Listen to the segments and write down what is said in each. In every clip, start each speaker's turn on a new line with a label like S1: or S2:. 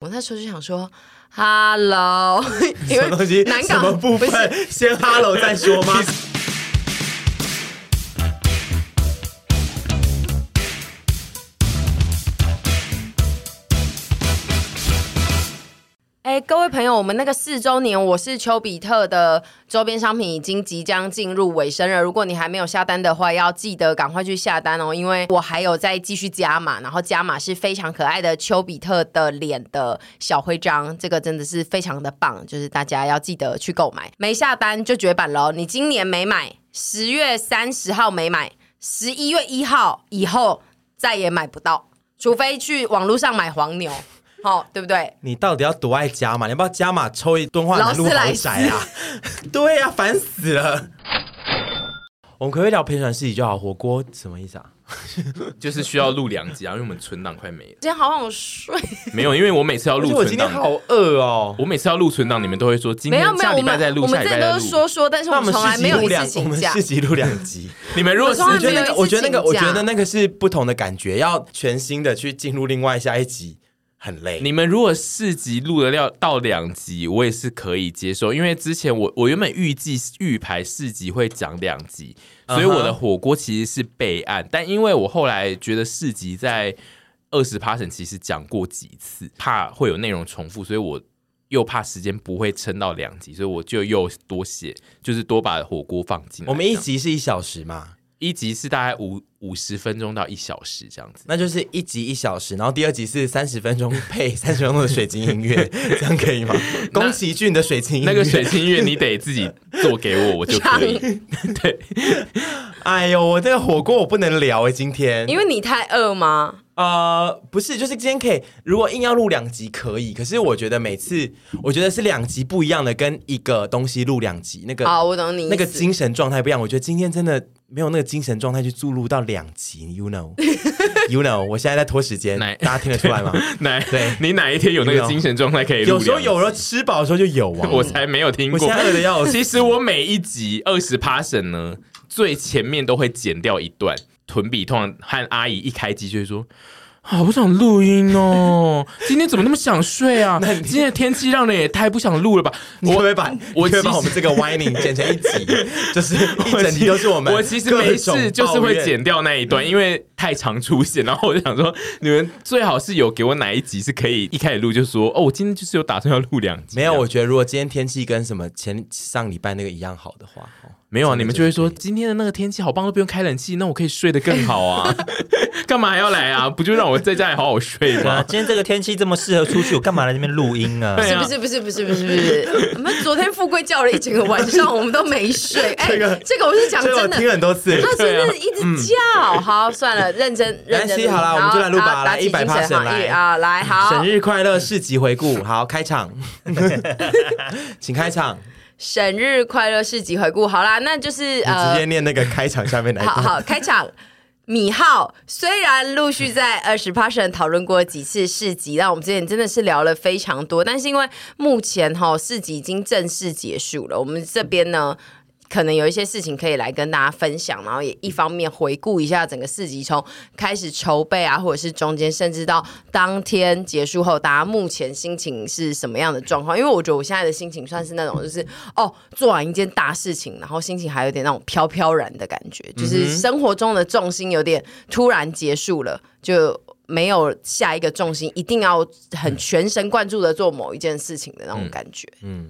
S1: 我那时候就想说，Hello，因
S2: 什么东西
S1: 为？南
S2: 什么
S1: 港
S2: 部分
S1: 不是？
S2: 先 hello 再说吗？
S1: 哎、各位朋友，我们那个四周年，我是丘比特的周边商品已经即将进入尾声了。如果你还没有下单的话，要记得赶快去下单哦，因为我还有在继续加码，然后加码是非常可爱的丘比特的脸的小徽章，这个真的是非常的棒，就是大家要记得去购买，没下单就绝版哦喽。你今年没买，十月三十号没买，十一月一号以后再也买不到，除非去网络上买黄牛， 好、对不对？
S2: 你到底要多爱加码？你要不要加码抽一敦化南路豪宅啊？ 对呀、啊，烦死了。我们可不可以聊陪审事宜就好？火锅什么意思啊？
S3: 就是需要录两集啊，因为我们存档快没了。
S1: 今天好想睡。
S3: 没有，因为我每次要
S2: 而
S3: 录
S2: 且我
S3: 存
S2: 今天
S3: 档，
S2: 好饿哦。
S3: 我每次要录存档，你们都会说今
S1: 没
S3: 天
S1: 有没有，
S3: 下
S1: 我
S3: 礼拜再
S1: 们
S3: 录，
S1: 我
S3: 下
S1: 们
S3: 礼
S1: 这
S3: 拜
S1: 都
S3: 再
S1: 是
S3: 录。
S1: 说说，但是
S2: 那
S1: 我
S2: 我
S1: 们
S2: 们
S1: 从来
S2: 四
S1: 没
S2: 集
S1: 有
S2: 录
S1: 一次
S2: 两，我
S1: 请
S2: 们
S1: 假。
S2: 四集录两集。
S3: 你们如果
S1: 我
S3: 是
S1: 说
S2: 我觉得那
S1: 只有一
S2: 个，
S1: 次
S2: 我觉得那个，
S1: 请
S2: 我
S1: 假
S2: 觉得那个是不同的感觉，要全新的去进入另外下一集，很累。
S3: 你们如果四集录得了到两集，我也是可以接受，因为之前我我原本预计预排四集会讲两集，所以
S2: 嗯哼
S3: 我的火锅其实是备案，但因为我后来觉得四集在二十 p a s s o n 其实讲过几次，怕会有内容重复，所以我又怕时间不会撑到两集，所以我就又多写，就是多把火锅放进来。
S2: 我们一
S3: 这样
S2: 集是一小时嘛，
S3: 一集是大概五五十分钟到一小时这样子。
S2: 那就是一集一小时，然后第二集是三十分钟 配三十分钟的水晶音乐， 这样可以吗？宫崎骏的水晶音乐，
S3: 那个水清月你得自己做给我，我就可以。对，
S2: 哎呦，我这个火锅我不能聊哎、今天，
S1: 因
S2: 为
S1: 为你太饿吗？
S2: 呃，不是，就是今天可以，如果硬要录两集可以，可是我觉得每次，我觉得是两集不一样的，跟一个东西录两集，那个
S1: 好，啊我懂你意思
S2: 那个精神状态不一样。我觉得今天真的没有那个精神状态去注入到两集，you know，you know，我现在在拖时 间
S3: 哪，
S2: 大家听得出来吗？
S3: 哪
S2: 对
S3: 你哪一天有那
S2: 有
S3: 个
S2: 没有
S3: 精神状态可以录
S2: 有时候
S3: 两集
S2: 有了，吃饱的时候就有啊。
S3: 我才没有听
S2: 我现
S3: 过
S2: 在。饿的要死。
S3: 其实我每一集二十 passion 呢，最前面都会剪掉一段。屯比通常和阿姨一开机就会说。啊好不想录 音哦！今天怎么那么想睡啊？今天的天气让人也太不想录了吧？
S2: 你会不会把我
S3: 我
S2: 会把
S3: 其实
S2: 我们这个 whining 剪成一 集，就是一整集都是我们
S3: 我其实没事，就是会
S2: 剪。
S3: 剪掉那一段，因为太常出现。然后我就想说，你们最好是有给我哪一集是可以一开始录就说，哦，我今天就是有打算要录两集。啊
S2: 没有，我觉得如果今天天气跟什么前上礼拜那个一样好的话，哦
S3: 没有啊，你们就会说
S2: 真的
S3: 今天的那个天气好棒，都不用开冷气，那我可以睡得更好 啊。干嘛还要来啊？不就让我在家里好好睡
S4: 对啊，
S3: 吗？
S4: 今天这个天气这么适合出去，我干嘛来这边录 音啊？
S3: 对
S1: 是
S3: 啊
S1: 不是不是不是不是不是？ 我们昨天富贵叫了一整个晚上，我们都没 睡。哎，
S2: 这个
S1: 这个我是讲
S2: 这个我
S1: 真
S2: 听啊
S1: 的。
S2: 很多次。
S1: 他真的一直
S2: 嗯
S1: 叫，好，算了，认 真
S2: 来
S1: 认真录。
S2: 好啦我们就来录吧
S1: 好打
S2: 来
S1: 起精
S2: 100%
S1: 神好
S2: 来
S1: 一啊，来好。
S2: 生日快乐！市集回顾，好，开场， 请开场，
S1: 生日快乐市集回顾，好啦，那就是
S2: 你
S1: 呃
S2: 直接，念那个开场下面来。
S1: 好好开场。米浩虽然陆续在二十 passion 讨论过几次市集，但我们之前真的是聊了非常多，但是因为目前哈、市集已经正式结束了，我们这边呢。可能有一些事情可以来跟大家分享，然后也一方面回顾一下整个市集从开始筹备啊，或者是中间，甚至到当天结束后，大家目前心情是什么样的状况？因为我觉得我现在的心情算是那种，就是哦，做完一件大事情，然后心情还有点那种飘飘然的感觉，就是生活中的重心有点突然结束了，就没有下一个重心，一定要很全神贯注的做某一件事情的那种感觉。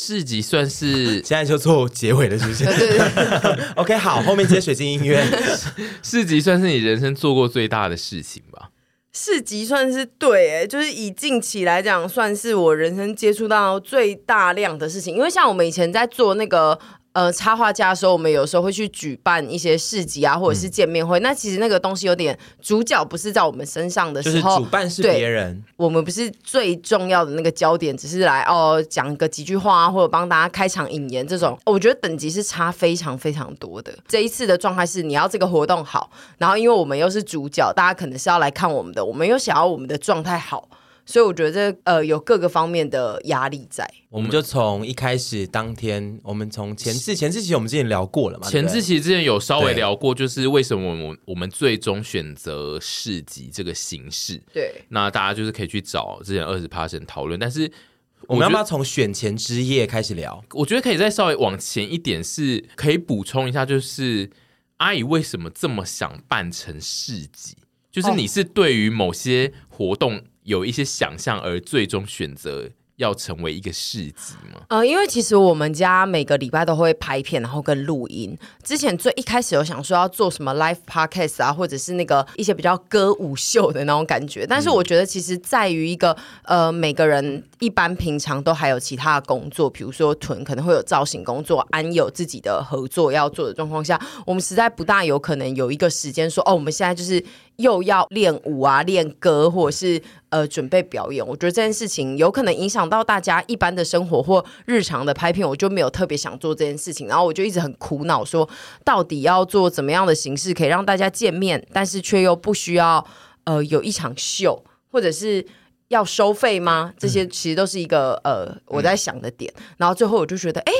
S3: 市集算是
S2: 现在就做结尾了，是不 是
S1: 对对对，
S2: ？OK，好，后面接水晶音乐。
S3: 市集算是你人生做过最大的事情吧？
S1: 市集算是对、欸，就是以近期来讲，算是我人生接触到最大量的事情。因为像我们以前在做那个呃插画家的时候，我们有时候会去举办一些市集啊，或者
S2: 嗯
S1: 是见面会。那其实那个东西有点主角不是在我们身上的
S2: 就
S1: 时
S2: 是
S1: 候，
S2: 主办是
S1: 对
S2: 别人，
S1: 我们不是最重要的那个焦点，只是来哦讲个几句话啊，或者帮大家开场引言这种。哦我觉得等级是差非常非常多的。这一次的状态是，你要这个活动好，然后因为我们又是主角，大家可能是要来看我们的，我们又想要我们的状态好。所以我觉得这呃有各个方面的压力在。
S2: 我们就从一开始当天，我们从前置前置期我们之前聊过了嘛，
S3: 前
S2: 置
S3: 置其实之前有稍微聊过，就是为什么我们我们最终选择市集这个形式。
S1: 对，
S3: 那大家就是可以去找之前二十 p a 讨论，但是
S2: 我们要不
S3: 觉得
S2: 要从选前之夜开始聊？
S3: 我觉得可以再稍微往前一点是，可以补充一下，就是阿姨为什么这么想办成市集？就是你是对于某些活动有一些想象，而最终选择要成为一个市集吗？
S1: 呃，因为其实我们家每个礼拜都会拍片，然后跟录音。之前最一开始有想说要做什么 live podcast 啊，或者是那个一些比较歌舞秀的那种感觉，但是我觉得其实在于一个呃，每个人一般平常都还有其他的工作，比如说屯可能会有造型工作，安有自己的合作要做的状况下，我们实在不大有可能有一个时间说哦，我们现在就是又要练舞啊、练歌，或者是呃准备表演。我觉得这件事情有可能影响到大家一般的生活或日常的拍片，我就没有特别想做这件事情。然后我就一直很苦恼说，到底要做怎么样的形式可以让大家见面，但是却又不需要呃有一场秀，或者是。要收费吗？这些其实都是一个、呃我在想的点，然后最后我就觉得，哎、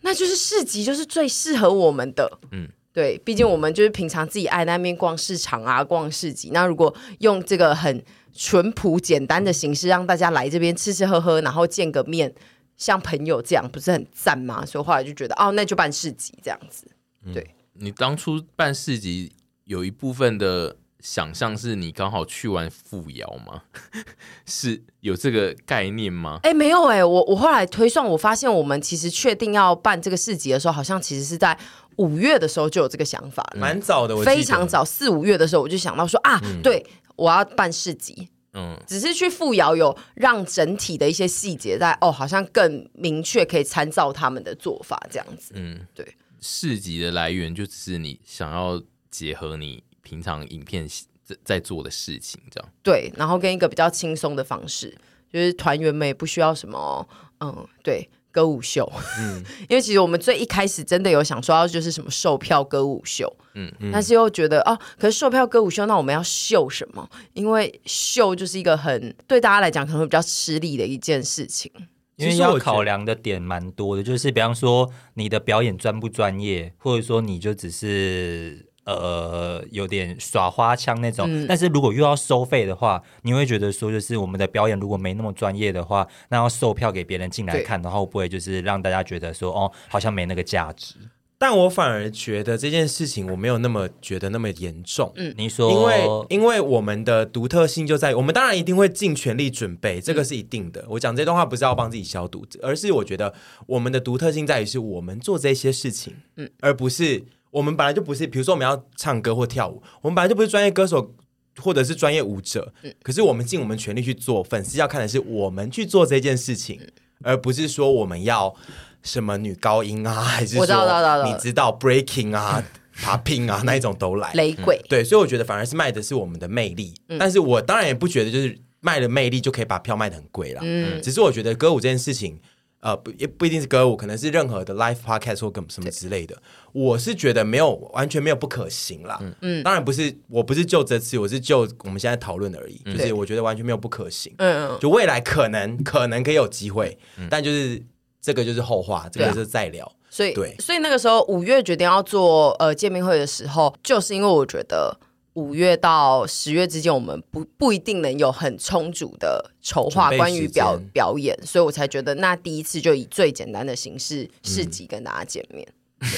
S1: 那就是市集就是最适合我们的，嗯
S3: 嗯。
S1: 对，毕竟我们就是平常自己爱在那边逛市场啊，逛市集。那如果用这个很淳朴简单的形式，让大家来这边吃吃喝喝，然后见个面，像朋友这样，不是很赞吗？所以后来就觉得，哦，那就办市集这样子。
S3: 你当初办市集有一部分的想象是你刚好去完富瑶吗？ 是有这个概念吗？
S1: 哎，没有哎、我我后来推算，我发现我们其实确定要办这个市集的时候，好像其实是在五月的时候就有这个想法了。
S2: 蛮早的，我记嗯得
S1: 非常。早，四五月的时候我就想到说啊，对我要办市集，
S3: 嗯，
S1: 只是去富瑶有让整体的一些细节在哦，好像更明确可以参照他们的做法这样子。
S3: 市集的来源就只是你想要结合你平常影片在在做的事情，这样。
S1: 对，然后跟一个比较轻松的方式，就是团员们也不需要什么，嗯，对。歌舞秀， 因为其实我们最一开始真的有想说要就是什么售票歌舞秀，嗯，但是又觉得哦，可是售票歌舞秀，那我们要秀什么？因为秀就是一个很对大家来讲可能会比较吃力的一件事情。
S4: 因为
S2: 其实我
S4: 要
S2: 觉得
S4: 考量的点蛮多的，就是比方说你的表演专不专业，或者说你就只是呃有点耍花枪那种。
S2: 嗯
S4: 但是如果又要收费的话，你会觉得说，就是我们的表演如果没那么专业的话，那要售票给别人进来
S1: 对
S4: 看，然后会不会就是让大家觉得说，哦，好像没那个价值？
S2: 但我反而觉得这件事情我没有那么觉得那么严重，
S4: 你说，
S2: 嗯因为因为我们的独特性就在于，我们当然一定会尽全力准备，
S1: 嗯
S2: 这个是一定的。我讲这段话不是要帮自己消毒，而是我觉得我们的独特性在于是我们做这些事情，嗯，而不是我们本来就不是，比如说我们要唱歌或跳舞，我们本来就不是专业歌手。或者是专业舞者，
S1: 嗯
S2: 可是我们尽我们全力去做，粉丝要看的是我们去做这件
S1: 嗯
S2: 事情，而不是说我们要什么女高音啊，还是
S1: 我知道知道知道
S2: 说你知道 breaking 啊、popping 啊那一种都来。
S1: 雷鬼，
S2: 对，所以我觉得反而是卖的是我们的魅力，
S1: 嗯
S2: 但是我当然也不觉得就是卖了魅力就可以把票卖的很贵啦。
S1: 嗯
S2: 只是我觉得歌舞这件事情，呃，不也不一定是歌舞，可能是任何的 live podcast 或跟什么之类的，我是觉得没有完全没有不可行啦。嗯，当然不是，我不是就这次，我是就我们现在讨论而已，就
S1: 嗯
S2: 是
S1: 对
S2: 我觉得完全没有不可行，
S1: 嗯，嗯
S2: 就未来可能可能可以有机会，但就是这个就是后话，这
S1: 对
S2: 个
S1: 啊
S2: 就是再聊。
S1: 所以
S2: 对
S1: 所以那个时候五月决定要做呃见面会的时候，就是因为我觉得五月到十月之间，我们不不一定能有很充足的筹划
S2: 准备
S1: 关于
S2: 时间
S1: 表表演，所以我才觉得那第一次就以最简单的形式市集跟大家见面。
S2: 嗯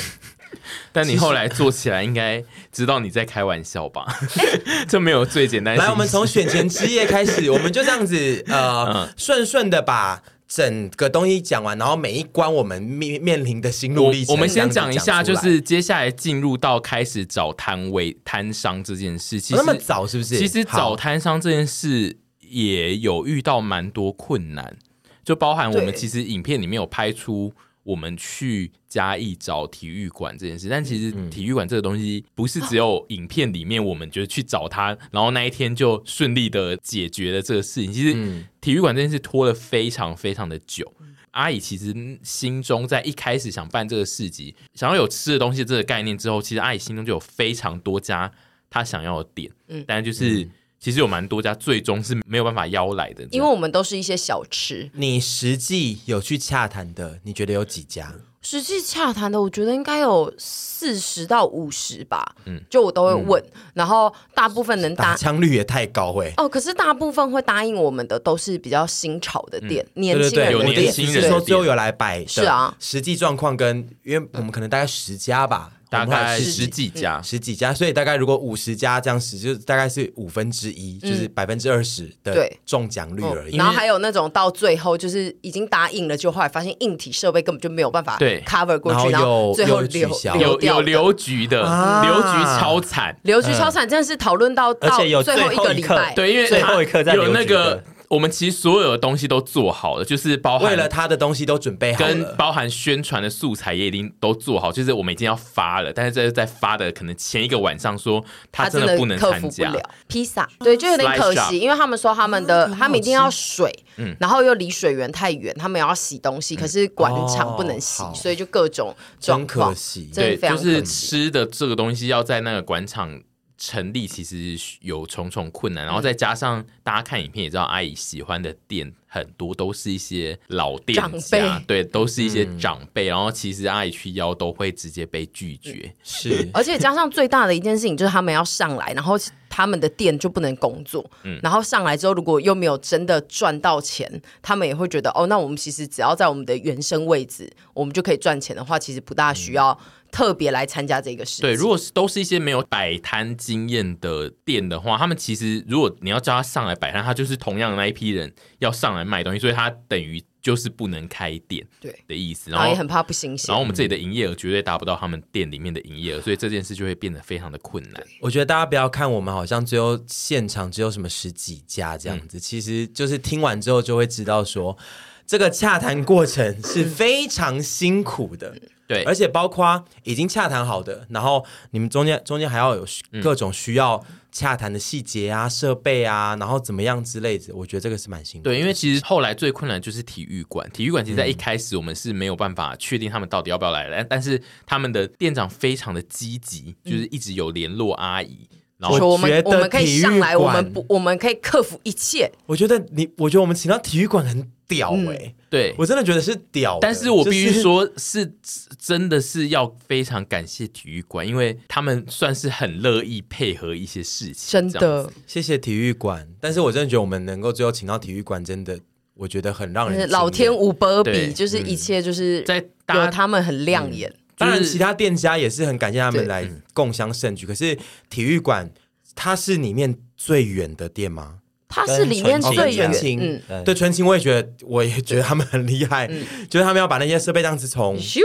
S3: 但你后来做起来，应该知道你在开玩笑吧？ 这没有最简单。
S2: 来，我们从选前之夜开始，我们就这样子，呃，
S3: 嗯
S2: 顺顺的把整个东西讲完，然后每一关我们面面临的心路
S3: 我
S2: 历程，
S3: 我们先
S2: 这样
S3: 讲
S2: 子
S3: 一下，
S2: 出
S3: 就
S2: 来
S3: 是接下来进入到开始找摊位摊商这件事。其
S2: 哦
S3: 实
S2: 那么早是不是？
S3: 其实找
S2: 好
S3: 摊商这件事也有遇到蛮多困难，就包含我们
S1: 对
S3: 其实影片里面有拍出我们去嘉义找体育馆这件事，但其实
S2: 嗯
S3: 体育馆这个东西不是只有影片里面我们觉得去找它，然后那一天就顺利的解决了这个事情。其
S2: 嗯
S3: 实体育馆这件事拖了非常非常的久。阿姨其实心中在一开始想办这个市集，想要有吃的东西
S1: 嗯
S4: 嗯
S3: 这个概念之后，其实阿姨心中就有非常多家她想要的点，但就是其实有蛮多家最终是没有办法邀来的，
S1: 因为我们都是一些小吃。
S2: 你实际有去洽谈的，你觉得有几家？
S1: 实际洽谈的，我觉得应该有四十到五十吧，
S2: 嗯
S1: 就我都会问，然后大部分能
S2: 打
S1: 答
S2: 枪率也太高哎、
S1: 哦，可是大部分会答应我们的都是比较新潮的店，年
S2: 嗯对对
S1: 轻人的
S2: 对，
S3: 有
S2: 我的
S1: 店，
S2: 意
S3: 年
S2: 思
S3: 轻人
S2: 是
S3: 的
S2: 说
S3: 店
S2: 最后有来摆的，
S1: 是啊
S2: 实际状况跟因为我们可能大概十家吧，
S3: 大
S2: 我们后来
S3: 概十几家，
S2: 十几家，所以大概如果五十家这样十，就大概是五分之一，就是百分之二十的
S1: 嗯对
S2: 中奖率
S1: 嗯
S2: 而已。
S1: 然后还有那种到最后就是已经答应了，就后来发现硬体设备根本就没有办法
S3: 对
S1: cover 过去，
S2: 然
S1: 然
S2: 后
S1: 后
S2: 又
S1: 最后
S2: 又
S1: 流
S2: 取消
S3: 有
S1: 嗯掉
S3: 有
S1: 的
S3: 留局的，
S2: 啊
S3: 留局超惨。
S1: 留局超惨，真的是讨论到
S4: 而
S1: 到
S4: 且有
S1: 最后
S4: 最
S1: 一
S4: 后
S1: 个
S4: 一
S1: 礼
S4: 刻
S1: 拜，
S3: 对，因为
S4: 最
S3: 他
S4: 后一刻再留
S3: 有那
S4: 局的
S3: 个，我们其实所有的东西都做好了，就是包含
S2: 为了他的东西都准备好
S3: 跟
S2: 了，
S3: 包含宣传的素材也已经都做好，就是我们已经要发了，但是在在发的可能前一个晚上说他
S1: 他
S3: 真
S1: 真
S3: 的不能
S1: 克
S3: 参
S1: 服不
S3: 加，
S1: 了披萨，对，就有点
S3: Slice
S1: 可
S3: shop
S1: 惜，因为他们说他们
S3: 哦
S1: 的
S2: 啊
S1: 他们一定要水，然后又离水源太远，他们也要洗东西，可是管厂不能洗
S2: 哦好，
S1: 所以就各种状
S2: 真可
S1: 况。
S2: 惜。
S1: 真的
S3: 对，
S1: 非常
S3: 就
S1: 可
S3: 是
S1: 惜
S3: 吃的这个东西要在那个广场成立，其实有重重困难。
S1: 嗯
S3: 然后再加上大家看影片也知道，阿姨喜欢的店很多都是一些老店
S1: 长
S3: 家
S1: 辈，嗯
S3: 对，都是一些长辈。然后其实阿姨去邀都会直接被拒
S1: 嗯
S3: 绝，
S2: 是，
S1: 而且加上最大的一件事情就是他们要上来，然后他们的店就不能工作，
S3: 嗯
S1: 然后上来之后如果又没有真的赚到钱，他们也会觉得哦，那我们其实只要在我们的原生位置，我们就可以赚钱的话，其实不大需要特别来参加这个事情。
S3: 嗯对，如果是都是一些没有摆摊经验的店的话，他们其实如果你要叫他上来摆摊，他就是同样的那一批人要上来卖东西，所以他等于就是不能开店，
S1: 对
S3: 的意思。然
S1: 然后
S3: 后
S1: 啊也很怕不新鲜
S3: 然后。我们自己的营业额绝对达不到他们店里面的营业额，所以这件事就会变得非常的困难。
S1: 嗯
S2: 我觉得大家不要看我们好像只有现场只有什么十几家这
S3: 嗯
S2: 样子，其实就是听完之后就会知道说，这个洽谈过程是非常辛苦的。
S3: 嗯对
S2: 而且包括已经洽谈好的，然后你们中间中间还要有
S3: 嗯
S2: 各种需要洽谈的细节啊、设备啊，然后怎么样之类的，我觉得这个是蛮辛苦的。
S3: 对，因为其实后来最困难就是体育馆，体育馆
S1: 嗯
S3: 其实在一开始我们是没有办法确定他们到底要不要来，但但是他们的店长非常的积极，
S1: 嗯
S3: 就是一直有联络阿姨，然后
S1: 说我
S2: 觉
S1: 们
S2: 得
S1: 我们可以上
S2: 体
S1: 来，
S2: 育
S1: 我
S2: 馆
S1: 们不我们可以克服一切。
S2: 我觉得你，我觉得我们请到体育馆很屌哎、
S3: 对。
S2: 我真的觉得是屌的。
S3: 嗯但是我必须
S2: 就是
S3: 说，是真的是要非常感谢体育馆，因为他们算是很乐意配合一些事情，
S1: 真
S3: 这样子
S1: 的，
S2: 谢谢体育馆，但是我真的觉得我们能够最后请到体育馆，真的我觉得很让
S1: 就是
S2: 人
S1: 老
S2: 惊
S1: 天
S2: 艳。
S1: 无波比，
S3: 对嗯
S1: 就是一切就是
S3: 在嗯
S1: 有
S3: 大
S1: 他们很亮眼。
S2: 当然，
S3: 就是
S2: 其他店家也是很感谢他们
S1: 对
S2: 来共襄盛举。可是体育馆它是里面最远的店吗？
S1: 他是里面
S4: 跟
S2: 哦
S1: 最
S2: 跟
S1: 远
S2: 纯，情
S1: 嗯，，
S4: 嗯
S2: 对纯情，我也觉得，我也觉得他们很厉害，就是他们要把那些设备这样子从对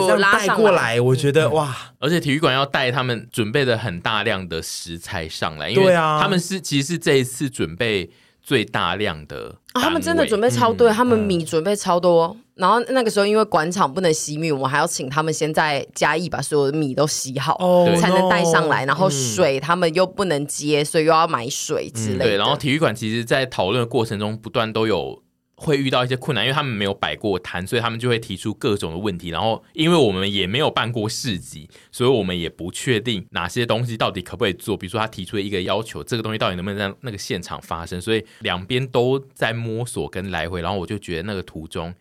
S2: 这
S1: 咻
S2: 样
S1: 拉
S2: 带
S1: 上
S2: 过，来，我觉得哇，
S3: 而且体育馆要带他们准备的很大量的食材上来，因为
S2: 对啊
S3: 他们是其实是这一次准备最大量的
S1: 啊他们真的准
S3: 备
S1: 备超对，他们米准备超多。然后那个时候因为广场不能洗米，我们还要请他们先在嘉义把所有的米都洗好，
S3: 嗯
S2: 哦
S1: 才能带上来。
S2: no
S1: 然后水他们又不能接，所以又要买水之类的。
S3: 嗯对，然后体育馆其实，在讨论的过程中，不断都有会遇到一些困难，因为他们没有摆过摊，所以他们就会提出各种的问题。然后，因为我们也没有办过市集，所以我们也不确定哪些东西到底可不可以做。比如说，他提出了一个要求，这个东西到底能不能在那个现场发生？所以两边都在摸索跟来回。然后我就觉得那个途中。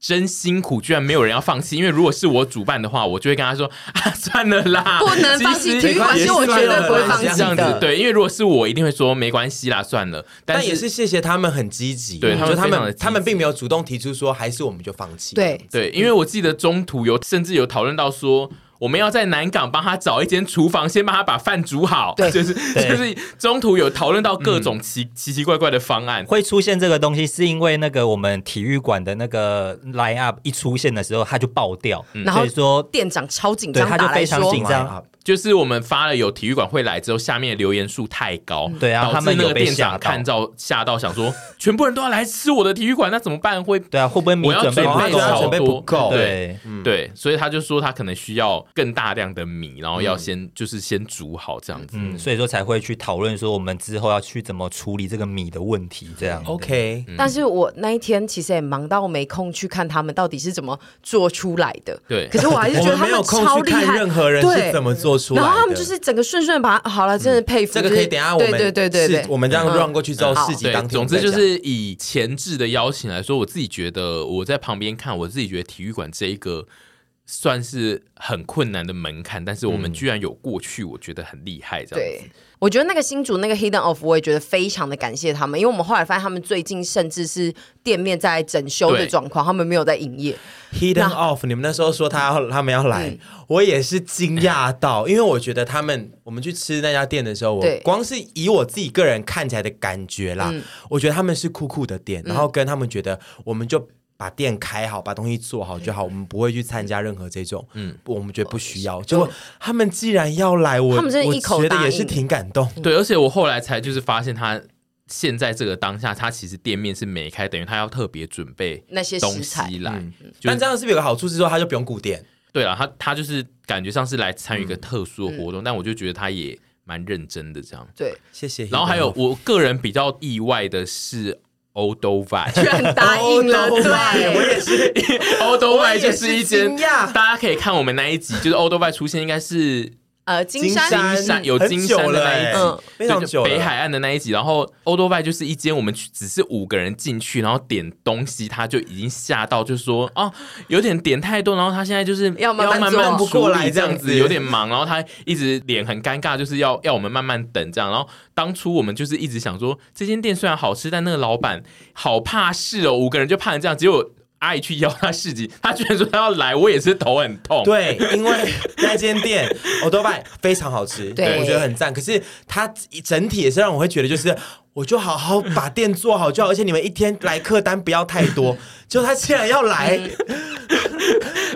S3: 真辛苦，居然没有人要放弃。因为如果是我主办的话，我就会跟他说啊，算了啦，
S1: 不能放
S3: 其
S1: 弃
S3: 实
S1: 体育馆，
S2: 也
S1: 是我
S2: 是
S1: 绝对不会
S2: 没
S1: 放
S2: 关系
S1: 弃
S3: 这样
S1: 的
S3: 子。。对，因为如果是我，一定会说没关系啦，算了。
S2: 但
S3: 是
S2: 也是谢谢他们很积极，
S3: 对他们
S2: 就他
S3: 非常地
S2: 们
S3: 积极
S2: 他们并没有主动提出说还是我们就放弃，
S1: 对，
S3: 对，因为我记得中途有甚至有讨论到说。我们要在南港帮他找一间厨房，先帮他把饭煮好。
S1: 对
S3: 就是
S4: 对
S3: 就是中途有讨论到各种奇、奇奇怪怪的方案。
S4: 会出现这个东西，是因为那个我们体育馆的那个 line up 一出现的时候，它就爆掉，
S2: 嗯
S1: 然
S4: 所
S1: 后
S4: 以说
S1: 店长超紧
S4: 对
S1: 张，
S4: 他就
S1: 打来
S4: 非常
S1: 说
S4: 紧
S2: ，line
S4: 张
S2: up，
S3: 就是我们发了有体育馆会来之后，下面的留言数太高，
S4: 对啊
S3: 导致
S4: 他们有
S3: 那个
S4: 被
S3: 店
S4: 吓
S3: 长
S4: 到
S3: 看到吓到，想说全部人都要来吃我的体育馆，那怎么办？会
S4: 对啊，会不会米
S3: 我要
S4: 准备
S3: 准
S4: 不
S3: 备
S2: 我要
S4: 够
S3: 超
S2: 准？备不
S3: 多，
S2: 够
S3: 对
S4: 对，
S2: 嗯
S3: 对，所以他就说他可能需要更大量的米，然后
S2: 嗯
S3: 要先、就是先煮好这样子。
S4: 嗯，所以说才会去讨论说我们之后要去怎么处理这个米的问题，这样。
S2: ，OK，
S1: 但是我那一天其实也忙到没空去看他们到底是怎么做出来的。
S3: 对
S1: 可是我还是
S2: 我
S1: 觉得
S2: 们
S1: 他
S2: 没有空
S1: 超
S2: 去
S1: 厉
S2: 看
S1: 害。
S2: 任何人是
S1: 对
S2: 怎么做出来的。嗯
S1: 然后他们就是整个顺顺把它好了，真的佩服。
S2: 这个
S1: 就
S2: 可
S1: 是
S2: 以等一下我们
S1: 对对对对
S2: 是
S1: 对，
S2: 我们这样
S1: 嗯
S2: run 过去之后，
S1: 好
S2: 市集
S3: 对
S2: 当，天
S3: 总之
S2: 再
S3: 就
S2: 讲
S3: 是以前置的邀请来说，我自己觉得我在旁边看，我自己觉得体育馆这一个算是很困难的门槛，但是我
S2: 嗯
S3: 们居然有过去，我觉得很厉害。这样
S1: 对
S3: 子，，
S1: 我觉得那个新竹那个 Hidden Off，我也觉得非常的感谢他们，因为我们后来发现他们最近甚至是店面在整修的
S3: 对
S1: 状况，他们没有在营业。
S2: Hidden Off，你们那时候说他要他们要来，
S1: 嗯
S2: 我也是惊讶到，因为我觉得他们我们去吃那家店的时候，我
S1: 对嗯
S2: 光是以我自己个人看起来的感觉啦，我觉得他们是酷酷的店，然后跟他们觉得我们就。把店开好，把东西做好就好，我们不会去参加任何这种，嗯，我们觉得不需要。结果他们既然要来，我
S1: 他们真的一口
S2: 我觉得
S1: 答
S2: 也
S1: 应
S2: 是挺感动。
S3: 对，而且我后来才就是发现他。现在这个当下，他其实店面是没开，等于他要特别准备
S1: 那些食
S3: 东
S1: 材
S3: 西来。就是
S2: 但这样是不是有个好处是说，他就不用顾店，
S3: 对啊，他他就是感觉上是来参与一
S2: 嗯
S3: 个特殊的活动，但我就觉得他也蛮认真的这样。
S1: 对，
S2: 谢谢。
S3: 然后还有，我个人比较意外的是 o d o v i
S1: 居然答应了，
S2: Oh, no, 我
S1: 对。
S2: 也是
S3: o d o v
S2: 我
S3: i
S2: 也
S3: 就是一间
S2: 惊，讶
S3: 大家可以看我们那一集，就是 o d o v i 出现应该是
S1: 呃，金山
S2: 金
S3: 金山有
S2: 很
S3: 金
S2: 久
S3: 山的
S2: 了
S3: 那一
S2: 欸
S3: 集，
S1: 嗯
S2: 非常
S3: 对就
S2: 久了
S3: 北海岸的那一集。然后 o d o v i 就是一间我们去只是五个人进去，然后点东西，他就已经吓到，就说哦，有点点太多，然后他现在就是
S1: 要慢
S3: 慢
S1: 慢
S3: 慢
S1: 做
S3: 处理
S2: 过来这
S3: 这
S2: 样
S3: 样
S2: 子
S3: 子，有点忙，然后他一直脸很尴尬，就是要要我们慢慢等这样。然后当初我们就是一直想说，这间店虽然好吃，但那个老板好怕事哦，五个人就怕成这样，结果。阿姨去邀他市集，他居然说他要来，我也是头很痛。
S2: 对，因为那间店欧多拜非常好吃，
S1: 对
S2: 我觉得很赞。可是它整体也是让我会觉得，就是我就好好把店做好就好，而且你们一天来客单不要太多。就他竟然要来，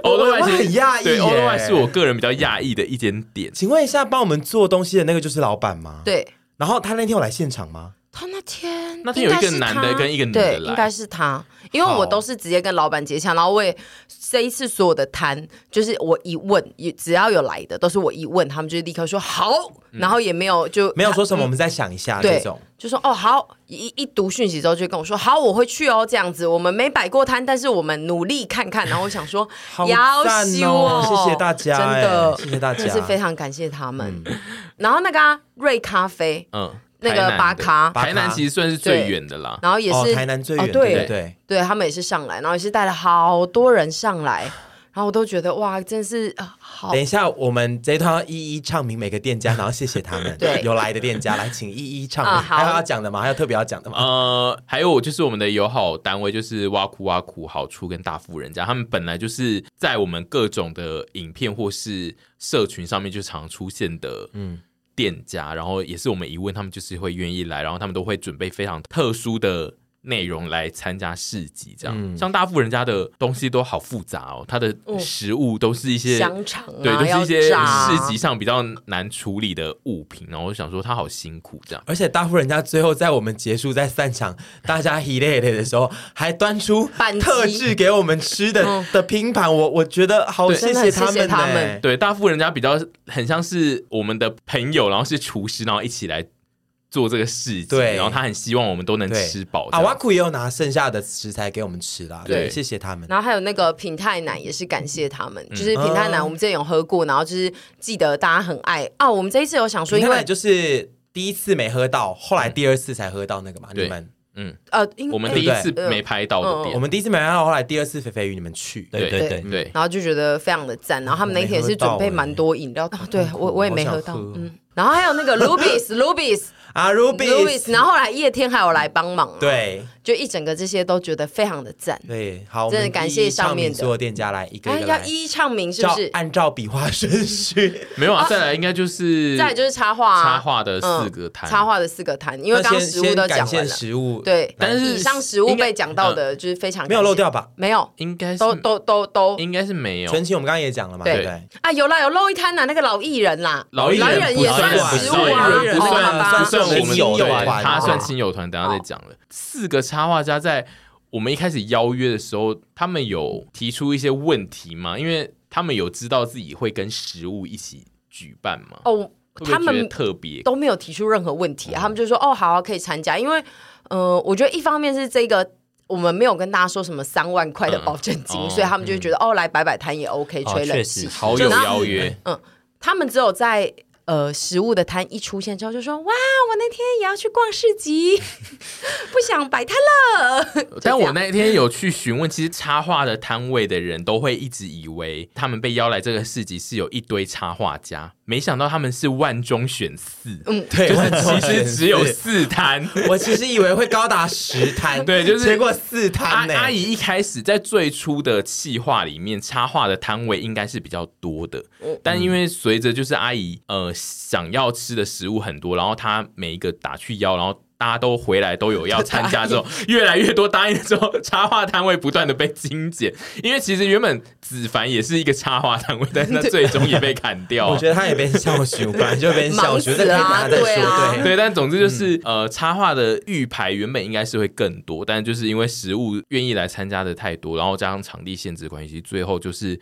S3: 欧多
S2: 我
S3: 外
S2: 我很讶异
S3: 对，欧多外
S2: 耶
S3: 是我个人比较讶异的一间点。
S2: 请问一下，帮我们做东西的那个就是老板吗？。
S1: 对
S2: 然后他那天有来现场吗？
S1: 他那天
S3: 那天有一个
S1: 应该是
S3: 男的
S1: 他
S3: 跟一个女的
S1: 对
S3: 来
S1: 应该是他，因为
S2: 好
S1: 我都是直接跟老板接洽，然后我也这一次所有的摊，就是我一问，也只要有来的都是我一问，他们就立刻说好，然后也没有就
S2: 嗯没有说什么，我们再想一下这
S1: 嗯对
S2: 种。，
S1: 就说哦好，一一读讯息之后就跟我说好，我会去哦，这样子。我们没摆过摊，但是我们努力看看。然后我想说，
S2: 好
S1: 要
S2: 赞
S1: 修
S2: 哦！谢谢大家，
S1: 真
S2: 哎
S1: 的
S2: 谢谢大家，
S1: 真是非常感谢他们。然后那个啊瑞咖啡，
S3: 嗯，
S1: 那个
S3: 台南的
S1: 巴卡
S3: 台南其实算是最远的啦。
S1: 然后也是
S2: 哦，台南最
S1: 哦
S2: 远，
S1: 对
S2: 对对。
S1: 对他们也是上来，然后也是带了好多人上来，然后我都觉得哇，真是啊好
S2: 等。一下，我们这一套要一一唱明每个 店家，然后谢谢他们。
S1: 对
S2: 有来的店家来，请一一唱
S1: 啊
S2: 明。
S1: 好
S2: 还有要讲的吗？还有特别要讲的吗？
S3: 呃，还有就是我们的友好单位就是挖苦挖苦好处跟大富人家，他们本来就是在我们各种的影片或是社群上面就常出现的，嗯。店家，然后也是我们一问，他们就是会愿意来，然后他们都会准备非常特殊的内容来参加市集，这样。
S1: 嗯
S3: 像大富人家的东西都好复杂哦，他的食物都是一些
S1: 香肠啊，
S3: 对，都是一些
S1: 要炸啊
S3: 市集上比较难处理的物品，然后我就想说他好辛苦这样。
S2: 而且大富人家最后在我们结束在散场，大家 一累累的时候，还端出
S1: 板机嗯
S2: 特制给我们吃的的拼盘，我我觉得好
S3: 对
S2: 谢
S1: 真的
S2: 他
S1: 谢谢
S2: 们
S1: 他
S2: 呢
S1: 们。
S3: 对，大富人家比较很像是我们的朋友，然后是厨师，然后一起来做这个事情，
S2: 对
S3: 然后他很希望我们都能
S2: 对，啊
S3: 吃饱这
S2: 阿
S3: 样。
S2: 瓦库也有拿剩下的食材给我们吃啦，
S3: 对
S2: 对，谢谢他们。
S1: 然后还有那个品泰奶也是感谢他们，
S2: 嗯
S1: 就是品泰
S2: 哦
S1: 奶我们之前有喝过，然后就是记得大家很爱啊。我们这一次有想说，
S2: 你
S1: 因
S2: 看，
S1: 为嗯
S2: 就是第一次没喝到，后来第二次才喝到那个嘛，
S3: 对
S2: 你们。
S3: 嗯，
S1: 呃，因为
S3: 我们
S1: 哎
S3: 第一次
S1: 对
S3: 没拍到
S1: 嗯
S3: 的
S2: 我
S3: 店，
S2: 们第一次没喝到，后来第二次肥肥与你们去，
S4: 对
S3: 对
S4: 对
S1: 对
S4: 对，
S3: 对，
S1: 然后就觉得非常的赞。然后他们那天也是准备蛮多饮料，啊对我我也没喝到
S2: 欸好想喝，哦
S1: 嗯。然后还有那个 Lubis Lubis
S2: 啊，Ruby，
S1: Lubis，然后后来叶天还有来帮忙，，啊
S2: 对，
S1: 就一整个这些都觉得非常的赞。
S2: 对，好，
S1: 真的
S2: 我们
S1: 感
S2: 一
S1: 谢
S2: 一
S1: 上
S2: 唱
S1: 面
S2: 名
S1: 的
S2: 所有店家来一个
S1: 哎，
S2: 一个
S1: 要
S2: 来，
S1: 一一唱名是不
S2: 照
S1: 是？
S2: 按照笔画顺序。
S3: 没有啊，再来应该就是
S1: 再来就是插画啊，
S3: 插画的四个
S1: 嗯
S3: 摊，
S1: 插画的四个摊， 因为
S2: 那
S1: 刚刚
S2: 先
S1: 食物都
S2: 先感
S1: 讲
S2: 谢
S1: 完了，
S2: 食物
S1: 对，
S3: 但是
S1: 以上食物
S3: 应该嗯
S1: 被讲到的，就是非常
S2: 没有
S1: 感谢
S2: 漏掉，吧？
S1: 没有，
S3: 应该是嗯
S1: 都都都都
S3: 应该是没有。
S2: 纯情我们刚刚也讲了嘛，
S1: 对
S2: 对不对？
S1: 啊，有啦，有漏一摊呐，那个老艺人啦，
S3: 老艺
S1: 老艺
S3: 人
S1: 人
S3: 不
S1: 也
S3: 算
S1: 算食物啊，
S3: 老艺人不
S1: 哦
S3: 算
S1: 好吧
S3: 不算我们
S2: 亲友
S3: 对
S2: 团
S3: 他
S1: 哦
S3: 算亲友团，等一下再讲了。四个插画家在我们一开始邀约的时候，他们有提出一些问题吗？因为他们有知道自己会跟食物一起举办吗？
S1: 哦，
S3: 会不会
S1: 他
S3: 觉得
S1: 们
S3: 特别
S1: 都没有提出任何问
S3: 嗯
S1: 题啊，他们就说哦，好啊，可以参加，因为呃，我觉得一方面是这个。我们没有跟大家说什么三万块的保证金，
S3: 嗯哦
S1: 所以他们就觉得、哦，来摆摆摊也 OK，
S4: 哦
S1: 吹冷
S4: 确
S1: 气。
S4: 实
S3: 好有
S1: 然后
S3: 邀约？
S1: 嗯，他们只有在呃食物的摊一出现之后，就说哇，我那天也要去逛市集， 不想摆摊了。就这
S3: 但
S1: 样
S3: 我那天有去询问，其实插画的摊位的人都会一直以为他们被邀来这个市集是有一堆插画家，没想到他们是万中选四，
S1: 嗯，
S2: 对，
S3: 就
S2: 我
S3: 是
S2: 很
S3: 其实只有
S2: 是
S3: 四摊。
S2: 我其实以为会高达十摊，
S3: 对就是
S2: 结果四
S3: 阿
S2: 摊呢、
S3: 阿姨一开始在最初的企划里面，插画的摊位应该是比较多的，
S2: 嗯
S3: 但因为随着就是阿姨呃想要吃的食物很多，然后她每一个打去邀，然后。大家都回来都有要参加之 后，越来越多答应之后，插画摊位不断的被精简，因为其实原本子凡也是一个插画摊位，但是他最终也被砍 掉。
S2: 我觉得他也被笑羞，本来就被笑羞，
S1: 忙死
S2: 这可以
S1: 啦
S2: 拿再说。
S1: 对啊
S2: 对
S3: 对，但总之
S2: 嗯
S3: 就是、呃，插画的预排原本应该是会更多，但就是因为食物愿意来参加的太多，然后加上场地限制关系，最后就是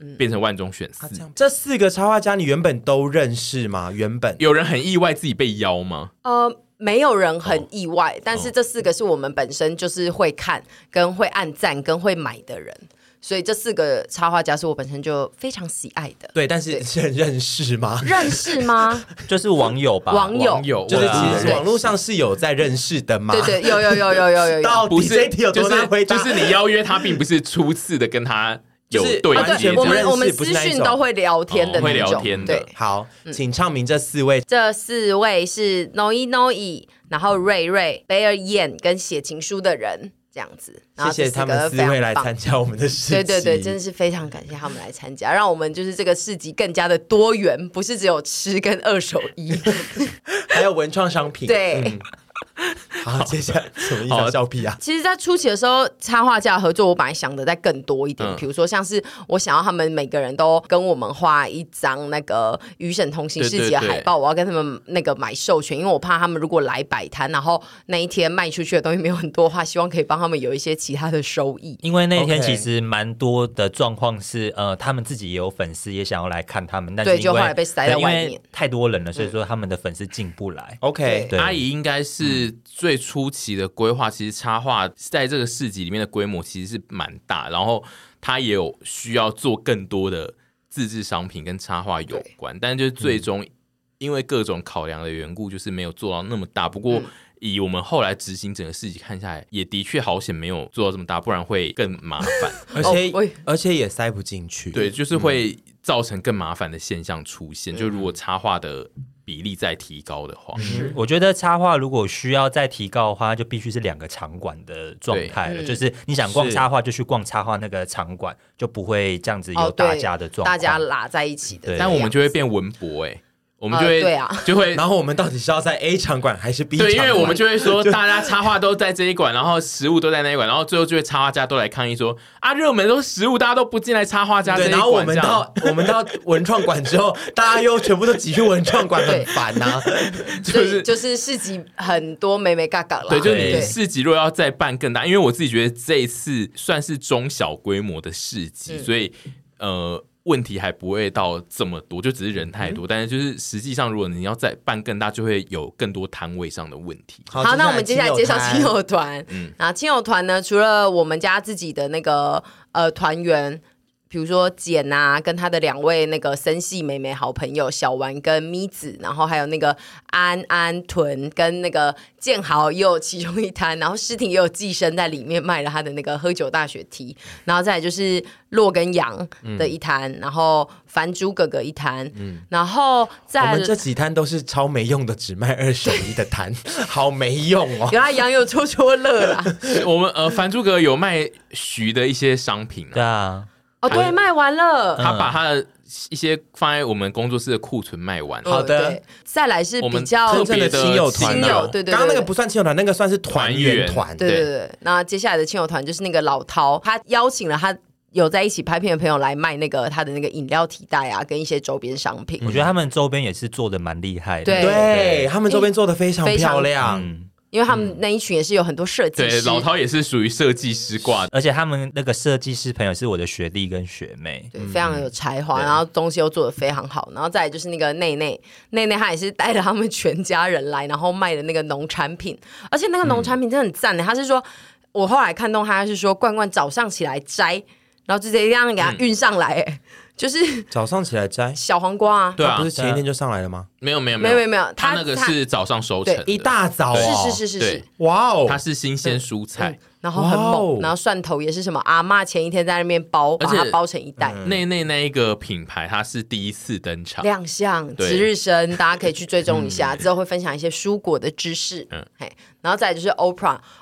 S2: 嗯
S3: 变成万中选四。
S2: 这四个插画家，你原本都认识吗？原本
S3: 有人很意外自己被邀吗？
S1: 呃，没有人很意外，但
S2: 哦
S1: 是这四个是我们本身就是会看、跟会按赞、跟会买的人，所以这四个插画家是我本身就非常喜爱的。
S2: 对，但是是很认识吗？
S1: 认识吗？
S4: 就是网友吧，
S1: 网友
S3: 网友啊
S2: 就是
S3: 哇
S2: 其实
S1: 对
S2: 网络上是有在认识的吗？
S1: 对对，有有有有有有有。
S2: 到
S3: 不
S2: 底这
S3: 是，
S2: 一题有
S3: 就
S2: 多难
S3: 是
S2: 回答？
S3: 就是你邀约他，并不是初次的跟他有
S2: 就是
S3: 对
S2: 啊
S1: 啊，
S2: 完
S1: 对，
S3: 接
S2: 全
S3: 这
S1: 我
S2: 不
S3: 样
S1: 们
S2: 认识
S1: 我们私
S2: 不是那一
S1: 讯
S2: 种
S1: 都会聊天的
S3: 哦会
S1: 那
S3: 聊
S1: 种，
S3: 天的
S1: 对。
S2: 好，
S1: 嗯
S2: 请唱名这四位。
S1: 这四位是 Noi Noi，然后瑞瑞、贝尔燕跟写情书的人这样子。然后这
S2: 谢谢
S1: 四
S2: 他
S1: 个
S2: 们
S1: 非
S2: 四
S1: 常
S2: 位来
S1: 棒
S2: 参加我们的事
S1: 对
S2: 情。
S1: 对对，真的是非常感谢他们来参加，让我们就是这个市集更加的多元，不是只有吃跟二手 衣。
S2: 还有文创商品。
S1: 对
S2: 嗯，好，接下来什么意思啊？
S3: 好
S2: 笑屁啊！
S1: 其实，在初期的时候，插画家的合作，我本来想的再更多一点，
S3: 嗯
S1: 比如说像是我想要他们每个人都跟我们画一张那个《与神同行》
S3: 对
S1: 市
S3: 对
S1: 集的
S3: 对
S1: 海报，我要跟他们那个买授权，因为我怕他们如果来摆摊，然后那一天卖出去的东西没有很多的话，希望可以帮他们有一些其他的收益。
S4: 因为那天
S2: OK
S4: 其实蛮多的状况是，呃，他们自己也有粉丝也想要来看他们，但是
S1: 对
S4: 因
S1: 就
S4: 为
S1: 后来被塞在
S4: 对
S1: 外
S4: 因为
S1: 面
S4: 太多人了，所以说他们的粉丝进不来。
S2: OK，
S4: 对
S3: 阿姨应该是最初期的规划，其实插画在这个市集里面的规模其实是蛮大，然后她也有需要做更多的自制商品跟插画有关，但就是最终因为各种考量的缘故，就是没有做到那么大。不过嗯以我们后来执行整个市集看下来，也的确好险没有做到这么大，不然会更麻烦。
S2: 而且、
S1: 哦喂
S2: 而且也塞不进去。
S3: 对，，就是会造成更麻烦的现象出现。就如果插画的比例再提高的话，
S4: 我觉得插画如果需要再提高的话，就必须是两个场馆的状态了，
S1: 对嗯
S4: 就是你想逛
S2: 是
S4: 插画就去逛插画那个场馆，就不会这样子有
S1: 哦，
S4: 大
S1: 对，
S4: 家的状况。
S1: 大家拉在一起的这
S4: 对
S1: 样子，
S3: 但我们就会变文博哎、我们就会、
S1: 啊对啊
S3: 就会
S2: 然后我们到底是要在 A 场馆还是 B 场
S3: 对，
S2: 馆？
S3: 因为我们就会说大家插画都在这一馆，然后食物都在那一馆，然后最后就会插画家都来抗议说啊，热门都是食物，大家都不进来插画家这
S2: 对，
S3: 一
S2: 然后我
S3: 馆这
S2: 们
S3: 样。
S2: 到 我们到文创馆之后，大家又全部都挤去文 创馆，
S1: 对
S2: 很烦呐、啊。
S1: 所
S3: 就
S1: 以
S3: 是
S1: 就是市集很多美美嘎嘎啦，
S3: 对，就是
S4: 对
S3: 你市集若要再办更大，因为我自己觉得这一次算是中小规模的市集，所以呃问题还不会到这么多，就只是人太多。但是就是实际上，如果你要再办更大，就会有更多摊位上的问题。
S1: 好，那我们接下来介绍亲
S2: 亲友
S1: 友团。嗯，然后亲友团呢，除了我们家自己的那个呃团员，比如说简啊，跟他的两位那个森系妹妹好朋友小丸跟咪子，然后还有那个安安屯跟那个建豪也有其中一摊，然后诗婷也有寄生在里面卖了他的那个喝酒大雪梯，然后再来就是洛跟羊的一摊，然后凡猪哥哥一摊，嗯，然后再
S2: 团。我
S1: 来
S2: 们这几摊都是超没用的，只卖二手衣的摊， 好没用哦。
S1: 原来羊有戳戳乐 啦。
S3: 我们呃，凡诸格有卖徐的一些商品、啊，
S4: 对啊，
S1: 哦，对，卖完了。
S2: 嗯
S3: 他把他的一些放在我们工作室的库存卖完。
S2: 好的
S1: 嗯对再来是
S3: 我们
S1: 比较
S3: 特
S2: 真
S3: 别
S2: 的
S3: 的
S2: 亲友团
S1: 亲
S2: 啊、
S1: 友对对对
S2: 刚刚那个不算亲友团，那个算是团员团。
S1: 对对对对。那接下来的亲友团就是那个老涛，他邀请了他有在一起拍片的朋友来卖那个他的那个饮料提袋啊，跟一些周边商品。
S4: 我觉得他们周边也是做的蛮厉害的。
S1: 对
S2: 对他们周边做的非常
S1: 非常
S2: 漂亮，
S4: 嗯，
S1: 因为他们那一群也是有很多设计
S3: 嗯对，
S1: 师，
S3: 老涛也是属于设计师挂的，
S4: 而且他们那个设计师朋友是我的学弟跟学妹。
S1: 对，非常有才华，然后东西又做的非常好，然后再来就是那个内内，内内他也是带着他们全家人来，然后卖的那个农产品，而且那个农产品真的很赞的，欸他是说，我后来看到他是说，罐罐早上起来摘，然后就直接这样给他运上来、哎就是
S2: 早上起来摘，
S1: 小黄瓜啊，
S3: 对
S2: 不
S3: 啊
S2: 是，前一天就上来了吗？
S3: 没有没有
S1: 没有没有没有
S3: 他
S1: 他
S3: 那个
S1: 他
S3: 是早上收成的，
S2: 一大早哦，
S1: 是是是是
S3: 对
S1: 是，
S2: 哇哦，
S3: 它是新鲜蔬菜，
S1: 然后很
S2: 哇哦
S1: 猛，然后蒜头也是什么阿嬷前一天在那边包，
S3: 而
S1: 把
S3: 且嗯
S1: 它包成一袋。
S2: 嗯
S3: 内内那一个品牌它是第一次登场，
S1: 亮相
S3: 对
S1: 值日生，大家可以去追踪一下，之后会分享一些蔬果的知识。
S3: 嗯
S1: 嘿，然后再来就是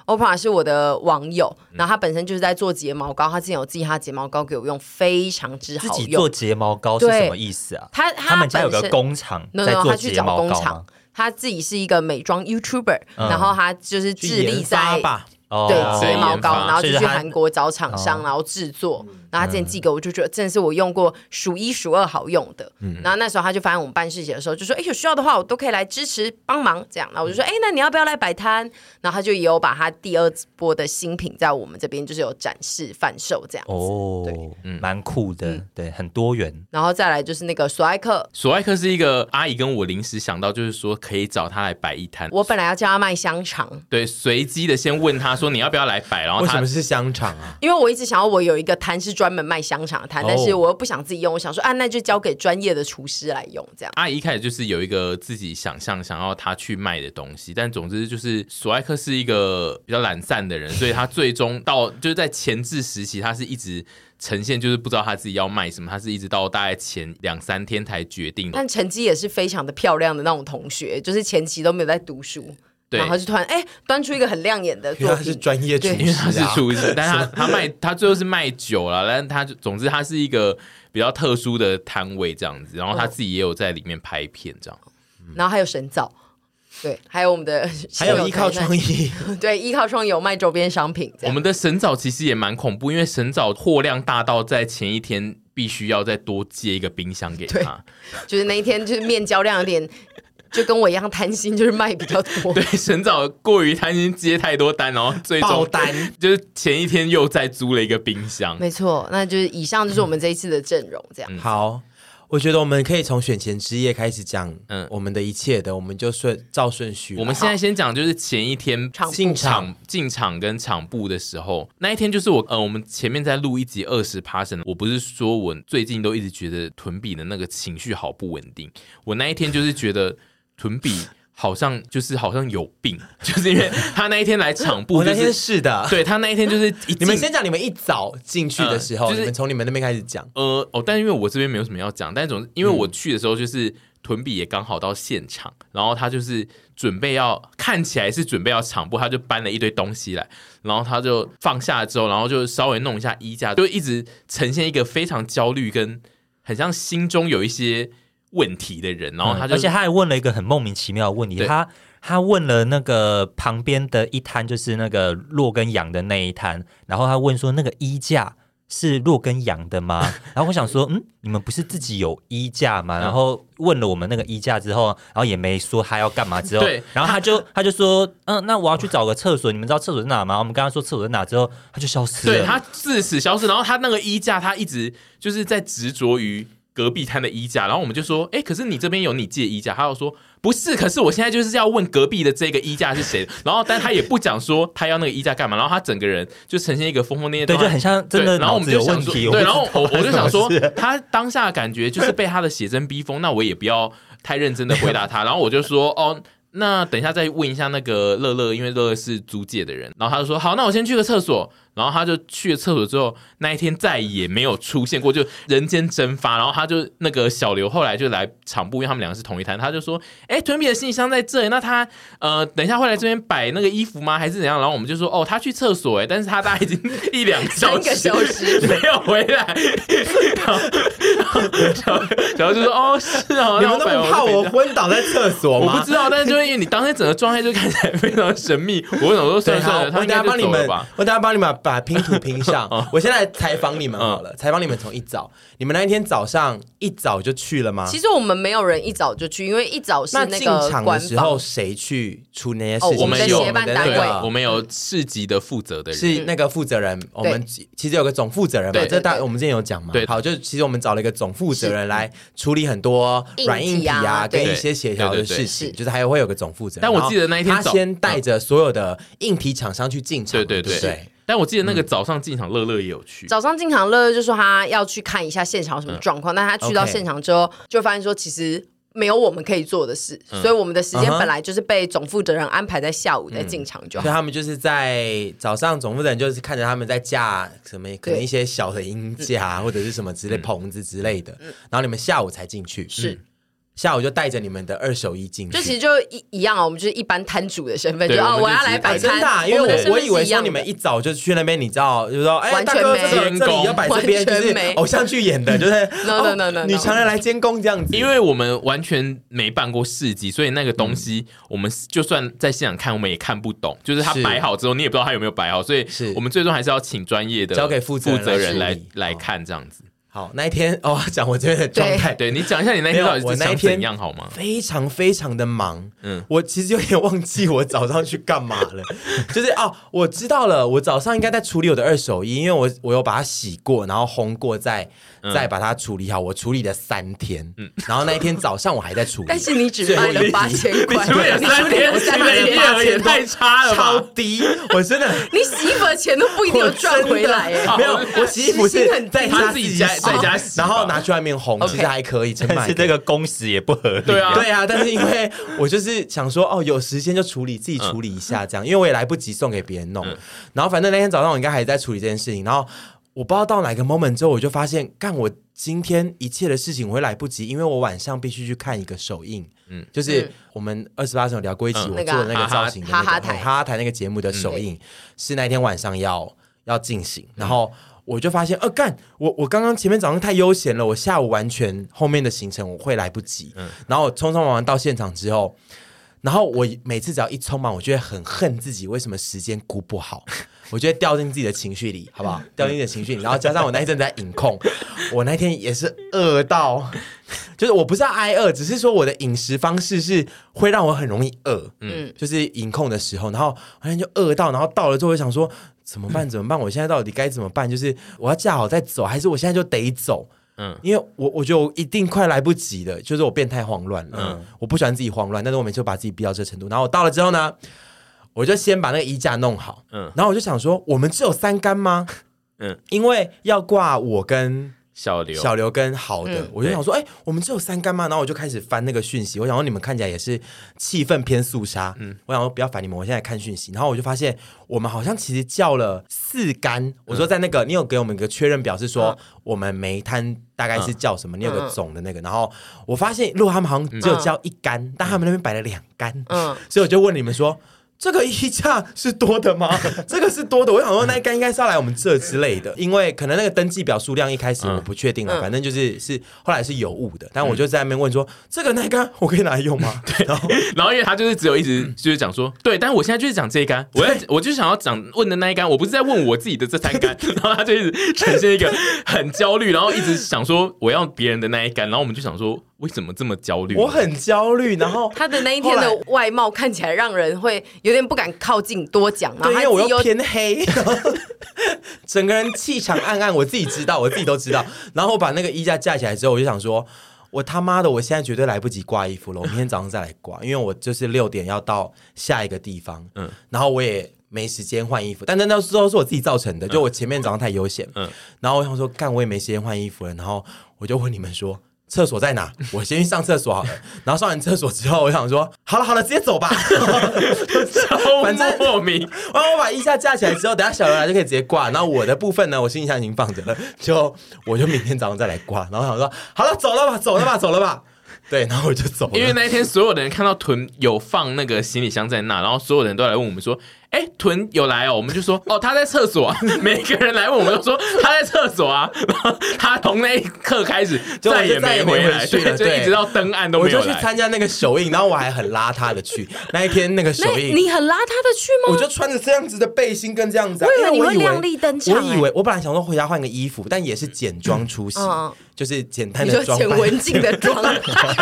S1: Oprah，Oprah 是我的网友，然后她本身就是在做睫毛膏，她之前有寄她睫毛膏给我用，非常之
S4: 自
S1: 好
S4: 己做
S1: 用。
S4: 睫毛膏是
S1: 对
S4: 什么意思啊？
S1: 她
S4: 他
S1: 她
S4: 们家有
S1: 本
S4: 个
S1: 身
S4: 工厂
S1: no
S4: 在
S1: no，
S4: 做
S1: 她去
S4: 睫
S1: 找
S4: 毛
S1: 工
S4: 膏
S1: 厂
S4: 吗？，
S1: 她自己是一个美妆 YouTuber，、
S4: 嗯
S1: 然后她就是
S2: 去
S1: 致力
S2: 研发
S1: 在
S2: 吧，
S4: 哦
S1: 对
S3: 所以
S1: 睫毛
S3: 研发
S1: 膏，然后
S4: 所
S1: 就
S4: 以哦
S1: 去
S4: 它
S1: 韩国找厂商，然后制作。然后他之前寄给我，就觉得真的是我用过数一数二好用的。
S4: 嗯
S1: 然后那时候他就发现我们办事情的时候，就说：“哎，有需要的话，我都可以来支持帮忙。”这样，然后我
S4: 嗯
S1: 就说：“哎，那你要不要来摆摊？”然后他就也有把他第二波的新品在我们这边就是有展示贩售这样。
S4: 哦，蛮酷
S1: 嗯
S4: 的，对，很多元。
S1: 然后再来就是那个索爱克，
S3: 索爱克是一个阿姨跟我临时想到，就是说可以找他来摆一摊。
S1: 我本来要叫他卖香肠，
S3: 对，随机的先问他说你要不要来摆，然后
S2: 为什
S3: 哦他
S2: 么是香肠啊？
S1: 因为我一直想要我有一个摊是专门卖香肠的摊，但是
S2: 哦
S1: 我又不想自己用，我想说啊，那就交给专业的厨师来用这样。
S3: 阿姨一开始就是有一个自己想象想要他去卖的东西，但总之就是索爱克是一个比较懒散的人，所以他最终到就是在前置时期，他是一直呈现就是不知道他自己要卖什么，他是一直到大概前两三天才决定。
S1: 但成绩也是非常的漂亮的那种同学，就是前期都没有在读书，
S3: 对
S1: 然后就突然哎、端出一个很亮眼的
S2: 因为
S1: 作
S2: 他是
S1: 品，
S2: 专业厨
S3: 因为他
S2: 师
S3: 是
S2: 啊，
S3: 厨师，但他他卖他最后是卖酒了，但他就总之他是一个比较特殊的摊位这样子，然后他自己也有在里面拍片这样。
S1: 然后还有神早，对，还有我们的
S2: 还有依靠创
S1: 意，
S2: 意，
S1: 对，依靠创意有卖周边商品，这
S3: 我
S1: 样
S3: 们的神早其实也蛮恐怖，因为神早货量大到在前一天必须要再多借一个冰箱给他。
S1: 就是那一天就是面交量有点。就跟我一样贪心，就是卖比较多。
S3: 对，神早过于贪心接太多单，然后最
S2: 爆
S3: 终
S2: 单。
S3: 就是前一天又再租了一个冰箱。
S1: 没错，那就是以上就是我们这一次的阵容，这样。
S3: 嗯
S2: 好，我觉得我们可以从选前之夜开始讲，
S3: 嗯
S2: 嗯，我们的一切的，我们就顺照顺序啦。
S3: 我们现在先讲，就是前一天
S1: 场部
S2: 进场
S3: 场进场跟场部的时候，那一天就是我呃，我们前面在录一集二十 p a s s 我不是说我最近都一直觉得臀比的那个情绪好不稳定，我那一天就是觉得臀比好像就是好像有病，就是因为他那一天来场 部
S2: 我
S3: 就
S2: 哦那天
S3: 是。
S2: 是的，
S3: 对他那一天就是一
S2: 你们
S3: 进
S2: 先讲你们一早进去的时候，
S3: 嗯就是
S2: 你们从你们那边开始讲。
S3: 呃，哦，但因为我这边没有什么要讲，但总之因为
S4: 嗯
S3: 我去的时候就是。屯比也刚好到现场，然后他就是准备要看起来是准备要场布，他就搬了一堆东西来，然后他就放下之后，然后就稍微弄一下衣架，就一直呈现一个非常焦虑跟很像心中有一些问题的人，然后哦他就、
S4: 嗯而且他还问了一个很莫名其妙的问题，
S3: 对
S4: 他他问了那个旁边的一摊，就是那个洛跟羊的那一摊，然后他问说那个衣架。是洛跟羊的吗？ 然后我想说，嗯，你们不是自己有衣架
S3: 嗯
S4: 吗？然后问了我们那个衣架之后，然后也没说他要干嘛。之后
S3: 对，
S4: 然后 他就他就说，嗯，那我要去找个厕所，你们知道厕所在哪吗？我们刚刚说厕所在哪之后，他就消失了。
S3: 对他自此消失，然后他那个衣架，他一直就是在执着于隔壁摊的衣架，然后我们就说，哎、可是你这边有你借衣架，他又说不是，可是我现在就是要问隔壁的这个衣架是谁的，然后但他也不讲说他要那个衣架干嘛，然后他整个人就呈现一个疯疯癫癫的
S4: 对
S3: 状态，
S4: 就很像真的
S3: 对然后我们就
S4: 脑子有
S3: 想说
S4: 问
S3: 对，
S4: 题我不知
S3: 然后我我就想说
S4: 发生什么事，
S3: 他当下感觉就是被他的写真逼疯，那我也不要太认真的回答他，然后我就说，哦。那等一下再问一下那个乐乐，因为乐乐是租借的人，然后他就说好，那我先去个厕所，然后他就去了厕所之后，那一天再也没有出现过，就人间蒸发。然后他就那个小刘后来就来场部，因为他们两个是同一摊，他就说：“哎，屯比的行李箱在这里，那他呃，等一下会来这边摆那个衣服吗？还是怎样？”然后我们就说：“哦，他去厕所哎，但是他大概已经一两个小时，
S1: 三个小时
S3: 没有回来。”然后然后小刘就说：“哦，是 哦，
S2: 你
S3: 那
S2: 们
S3: 我
S2: 那
S3: 摆
S2: 么
S3: 完
S2: 怕
S3: 就回
S2: 我
S3: 家
S2: 昏倒在厕所
S3: 我
S2: 吗？
S3: 不知道，但是就是因为你当天整个状态就看起来非常神秘，我想说算
S2: 对，
S3: 了
S2: 好，
S3: 算了，
S2: 我
S3: 他
S2: 等
S3: 应
S2: 下
S3: 该就
S2: 帮你
S3: 走了
S2: 们
S3: 吧。，哦
S2: 我等下帮你们把拼图拼 上。我现在采访
S3: 嗯
S2: 你们好了，采访你们从一早，你们那一天早上一早就去了吗？
S1: 其实我们没有人一早就去，因为一早是
S2: 那
S1: 那
S2: 进
S1: 个
S2: 场
S1: 官
S2: 的时候
S1: 方，
S2: 谁去出那些
S1: 哦
S2: 事情？
S1: 我
S3: 们
S2: 是
S3: 有
S2: 我们的那
S1: 协办单
S3: 对，啊
S1: 位
S2: 个
S3: 我。们有市集的负责的人，
S2: 是那个负责人，我们其实有个总负责人嘛
S3: 对，
S2: 这
S1: 嗯对
S2: 大
S1: 对
S2: 我们之前有讲嘛。
S3: 对
S2: 好，就其实我们找了一个总负责人来处理很多软硬
S1: 硬
S2: 体
S1: 体
S2: 啊，
S1: 啊
S2: 跟
S1: 对
S2: 一些协调
S3: 对
S2: 的
S3: 对
S2: 事
S3: 对
S2: 情，
S1: 是
S2: 就是还有会有个总负责人。
S3: 但我记得那一天
S2: 然后
S3: 早嗯
S2: 他先带着所有的硬体厂商去进场嘛，
S3: 对对
S2: 对不
S3: 对
S2: 对，
S3: 但我记得那个
S2: 嗯
S3: 早上进场，乐乐也有去，
S1: 早上进场，乐乐就说他要去看一下现场有什么状况，但他去到
S2: 嗯 OK
S1: 现场之后，就发现说其实。没有我们可以做的事，所以我们的时间
S2: 嗯哼
S1: 本来就是被总负责人安排在下午再进场就
S2: 所
S1: 好。
S2: 以他们就是在早上，总负责人就是看着他们在架什么，可能一些小的鹰架
S1: 嗯
S2: 或者是什么
S3: 嗯
S2: 之类棚子之类的，然后你们下午才进去，
S1: 是
S2: 嗯下午就带着你们的二手衣进去。
S1: 就其实就一一样啊，我们就是一般摊主的身份，就
S3: 对
S1: 哦，
S3: 我们就
S1: 我要
S3: 直
S1: 来
S3: 接
S1: 摆
S2: 真
S1: 摊
S2: 的、啊，因为
S1: 我们的身
S2: 我我
S1: 份
S2: 以为
S1: 是一样
S2: 说
S1: 的
S2: 你们一早就去那边，你知道，就是说，哎，
S1: 完
S2: 大
S1: 全
S2: 哥，
S1: 没有
S2: 这个这里要摆这边，就
S1: 完全
S2: 是
S1: 没
S2: 偶像剧 演的，就是
S1: No, no,
S2: 哦
S1: no, no, no.
S2: 女强人来监工这样子，
S3: 因为我们完全没办过市集，所以那个东西
S2: 嗯
S3: 我们就算在现场看，我们也看不懂。就是它
S2: 是
S3: 摆好之后，你也不知道它有没有摆好，所以
S2: 是
S3: 我们最终还是要请专业的
S2: 交给负
S3: 负
S2: 责人
S3: 责人
S2: 来
S3: 来
S2: 处理
S3: 来
S2: 哦
S3: 看这样子。
S2: 好那一天哦，讲我这边的状态，
S3: 对你讲一下你那
S2: 没
S3: 天
S2: 有
S3: 到底
S2: 我
S3: 是
S2: 那一
S3: 想
S2: 天
S3: 怎样好吗？
S2: 非常非常的忙，
S3: 嗯
S2: 嗯，我其实有点忘记我早上去干嘛了， 就是哦，我知道了，我早上应该在处理我的二手衣，因为我我有把它洗过，然后烘过，再
S3: 嗯
S2: 再把它处理好，我处理了三天，嗯，然后那一天早上我还在处 理，
S1: 但是你只卖了
S2: 对啊
S1: 八千块，
S3: 是不是有
S1: 你
S3: 三
S1: 只有
S3: 天，
S1: 三
S3: 你的
S1: 千
S3: 业
S1: 八
S3: 额也
S1: 千
S3: 太
S1: 块，
S3: 差了
S2: 超
S3: 吧？
S2: 低，我真的。
S1: 你洗衣服的钱都 不一定有赚回来耶。
S2: 没有，我洗衣服是在
S3: 他
S2: 家
S3: 自己家
S2: 洗
S3: 在家洗吧
S2: 然后拿去外面烘，
S1: OK
S2: 其实还可以，真
S4: 但
S2: 卖
S4: 是
S2: 得
S4: 这个工时也不合理。
S3: 对啊，
S2: 对啊，但是因为我就是想说，哦，有时间就处理，自己处理一下这样，因为我也来不及送给别人弄。然后反正那天早上我应该还在处理这件事情，然后我不知道到哪个 moment 之后，我就发现，干我今天一切的事情我会来不及，因为我晚上必须去看一个首映。嗯，就是我们二十八层有聊过一起，
S3: 嗯
S2: 我做的那
S3: 那个
S2: 个
S3: 啊
S2: 造型的
S1: 哈
S2: 那
S1: 哈哈哈
S2: 个
S1: 台嗯
S2: 嗯哈哈台那个节目的首映，是那天晚上要要进行，然后。我就发现，呃，干，我我刚刚前面早上太悠闲了，我下午完全后面的行程我会来不及。
S1: 嗯
S2: 然后我匆匆忙忙到现场之后，然后我每次只要一匆忙，我就会很恨自己为什么时间估不好，我就会掉进自己的情绪里，好不好？掉进自己的情绪里，然后加上我那一阵子在饮控，我那天也是饿到，就是我不是要挨饿，只是说我的饮食方式是会让我很容易饿，嗯，就是饮控的时候，然后我那天就饿到，然后到了之后我就想说怎么办？怎么办？我现在到底该怎么办？就是我要架好再走，还是我现在就得走？
S3: 嗯
S2: 因为我我觉得我一定快来不及了，就是我变态慌乱了。我不喜欢自己慌乱，但是我每次都把自己逼到这程度。然后我到了之后呢，我就先把那个衣架弄好。
S3: 嗯
S2: 嗯，然后我就想说，我们只有三杆吗？
S3: 嗯
S2: 嗯，因为要挂我跟
S3: 小刘，
S2: 小刘跟好的，
S1: 嗯
S2: 我就想说，哎、我们只有三杆吗？然后我就开始翻那个讯息，我想说你们看起来也是气氛偏肃杀，嗯，我想说不要烦你们，我现在看讯息，然后我就发现我们好像其实叫了四杆，我说在那个、你有给我们一个确认表示说、我们每一摊大概是叫什么，你有个总的那个，然后我发现如果他们好像只有叫一杆，但他们那边摆了两杆，
S1: 嗯
S2: 嗯，所以我就问你们说。这个衣架是多的吗？这个是多的，我想说那一杆应该是要来我们这之类的，因为可能那个登记表数量一开始我不确定了，啊反正就是是后来是有误的，但我就在那边问说，这个那一杆我可以拿来用吗？对，然后
S3: 然后因为他就是只有一直
S2: 嗯
S3: 就是讲说，对，但是我现在就是讲这 一杆，我要我就想要讲问的那一杆，我不是在问我自己的这三 杆，然后他就一直呈现一个 很焦虑，然后一直想说我要别人的那一杆，然后我们就想说为什么这么焦虑？
S2: 我很焦虑，然后
S1: 他的那一天的
S2: 后来
S1: 外貌看起来让人会有点不敢靠近多讲，然后
S2: 对，因
S1: 他
S2: 为
S1: 自
S2: 我
S1: 己
S2: 又
S1: 又
S2: 偏黑， 然后整个人气场暗暗，我自己知道， 我自己都知道。然后我把那个衣架架起来之后，我就想说，我他妈的，我现在绝对来不及挂衣服了，我明天早上再来挂，因为我就是六点要到下一个地方，嗯，然后我也。没时间换衣服，但那那都是我自己造成的，就我前面早上太悠闲，嗯，然后我想说，干我也没时间换衣服了，然后我就问你们说，厕所在哪？我先去上厕所好了，然后上完厕所之后，我想说，好了好了，直接走吧，反
S3: 超
S2: 正
S3: 莫名，
S2: 然后我把衣架架起来之后，等下小刘来就可以直接挂。然后我的部分呢，我行李箱已经放着了，就我就明天早上再来挂。然后想说，好了，走了吧，走了吧，走了 吧。对，然后我就走了。
S3: 因为那一天所有的人看到屯有放那个行李箱在那，然后所有人都来问我们说。哎，屯有来哦，我们就说哦，他在厕所、啊。 每个人来问我们都说他在厕所啊。然后他从那一刻开始
S2: 就我就
S3: 也
S2: 再
S3: 没
S2: 也没
S3: 回来，
S2: 回去了
S3: 就
S2: 对
S3: 一直到登岸都
S2: 我
S3: 没有
S2: 就
S3: 来。
S2: 去参加那个首映，然后我还很邋遢的去。那一天那个
S1: 那
S2: 首映，
S1: 你很邋遢的去
S2: 我
S1: 吗？
S2: 就穿着这样子的背心跟这样子、啊，
S1: 我以为
S2: 因为我以
S1: 你会
S2: 为
S1: 亮丽登场
S2: 我
S1: 欸
S2: 以为我本来想说回家换个衣服，但也是简装出席，
S1: 嗯嗯
S2: 就是简单
S1: 你说
S2: 的装
S1: 简
S2: 扮。
S1: 文静的妆，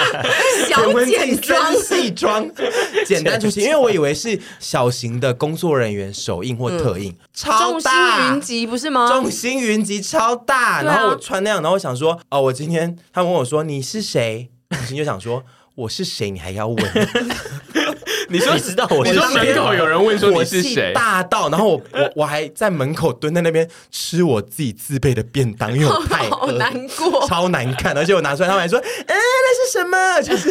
S2: 简
S1: 小
S2: 文
S1: 简
S2: 静
S1: 妆
S2: 真，戏装， 简单出行，因为我以为是小型的工作人员首映或特映，超
S1: 众星
S2: 大
S1: 嗯云。集不是吗？
S2: 众星云集超大，
S1: 对啊
S2: 然后我穿那样，然后我想说，哦，我今天 他 们问我说你是谁，我心就想说我是谁，你还要问？
S4: 你说知道我
S3: 你
S4: 是
S3: 说
S4: 谁
S3: 门口有人问说你是
S2: 火气
S3: 谁？
S2: 大到，然后我我我还在门口蹲在那边吃我自己自备的便当，因 为我太饿
S1: 好难过
S2: 超难看，而且我拿出来，他们还说，嗯，那是什么？就是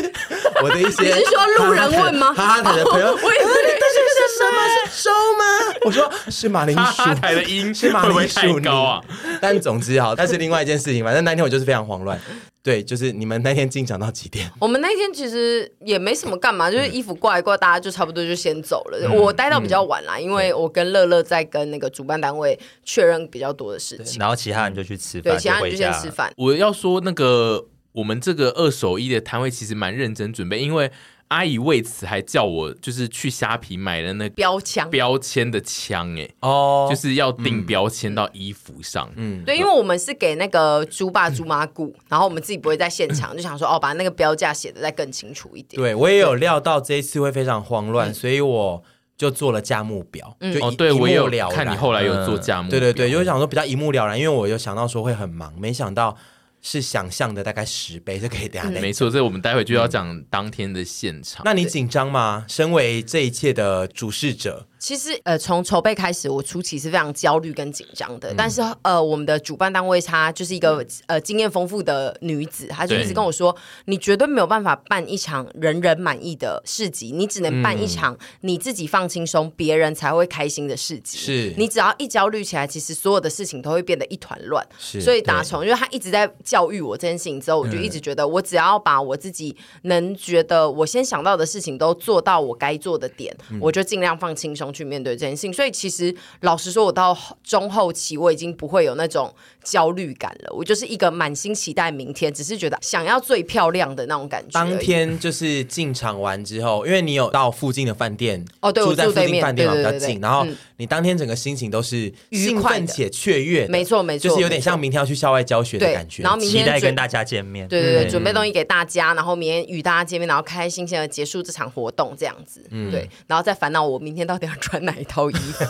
S2: 我的一些，
S1: 你是说路人问吗
S2: 哈哈台的朋友，
S1: 哦 我以为
S2: 嗯那这是什么？是粥吗？我说是马铃
S3: 哈
S2: 薯
S3: 哈台的音
S2: 是马
S3: 会不会
S2: 铃薯
S3: 太
S2: 泥
S3: 高啊？
S2: 但总之好，但是另外一件事情，反正那天我就是非常慌乱。对，就是你们那天进场到几点？
S1: 我们那天其实也没什么干嘛，就是衣服挂一挂，大家就差不多就先走了。
S2: 嗯
S1: 我待到比较晚啦，因为我跟乐乐在跟那个主办单位确认比较多的事情。
S4: 然后其他人就去吃
S1: 对，
S4: 饭，
S1: 其他人
S4: 回
S1: 就先
S4: 家
S1: 吃饭。
S3: 我要说那个我们这个二手衣的摊位其实蛮认真准备，因为阿姨为此还叫我就是去虾皮买了那个
S1: 标枪，
S3: 标签的枪，哎，
S2: 哦
S3: 就，是要定标签到衣服上。嗯，
S1: 对，因为我们是给那个猪爸猪妈雇，然后我们自己不会在现场，就想说哦，把那个标价写的再更清楚一点。
S2: 对我也有料到这一次会非常慌乱，所以我就做了价目表，就一
S3: 哦对
S2: 一目
S3: 我也有
S2: 了然嗯
S3: 看你后来有做价目
S2: 对对
S3: 表
S2: 对，就是想说比较一目了然，因为我有想到说会很忙，没想到是想象的大概十倍，这可以等下再讲。
S3: 没错，这我们待会就要讲当天的现场。
S2: 嗯那你紧张吗？身为这一切的主事者，
S1: 其实呃，从筹备开始，我初期是非常焦虑跟紧张
S2: 嗯
S1: 的。但是呃，我们的主办单位她就是一个呃经验丰富的女子，她就一直
S3: 对
S1: 跟我说，你绝对没有办法办一场人人满意的市集，你只能办
S2: 嗯
S1: 一场你自己放轻松，别人才会开心的市集。
S2: 是
S1: 你只要一焦虑起来，其实所有的事情都会变得一团乱。
S2: 是
S1: 所以打
S2: 对
S1: 从，因为他一直在教育我这件事情之后，我就
S2: 嗯
S1: 一直觉得，我只要把我自己能觉得我先想到的事情都做到我该做的点，
S2: 嗯
S1: 我就尽量放轻松去面对这件事情。所以其实老实说，我到中后期我已经不会有那种焦虑感了，我就是一个满心期待明天，只是觉得想要最漂亮的那种感觉而已。
S2: 当天就是进场完之后，因为你有到附近的饭店
S1: 哦对我
S2: 住在
S1: 住
S2: 附
S1: 对
S2: 近
S1: 面
S2: 饭店嘛比
S1: 对对
S2: 较
S1: 对对
S2: 近，
S1: 对
S2: 然后你当天整个心情都是
S1: 愉
S2: 兴
S1: 快
S2: 奋
S1: 的
S2: 且雀跃的，
S1: 没错没错
S2: 就是有点
S1: 没错
S2: 像明天要去校外教学的
S1: 对
S2: 感觉。
S1: 然后明
S4: 期
S1: 天
S4: 待
S1: 准
S4: 跟大家见面。
S1: 对对对，
S4: 嗯
S1: 准备东西给大家，然后明天与大家见面，然后开开心心的结束这场活动，这样子，对，然后再烦恼我明天到底要穿哪一套衣服，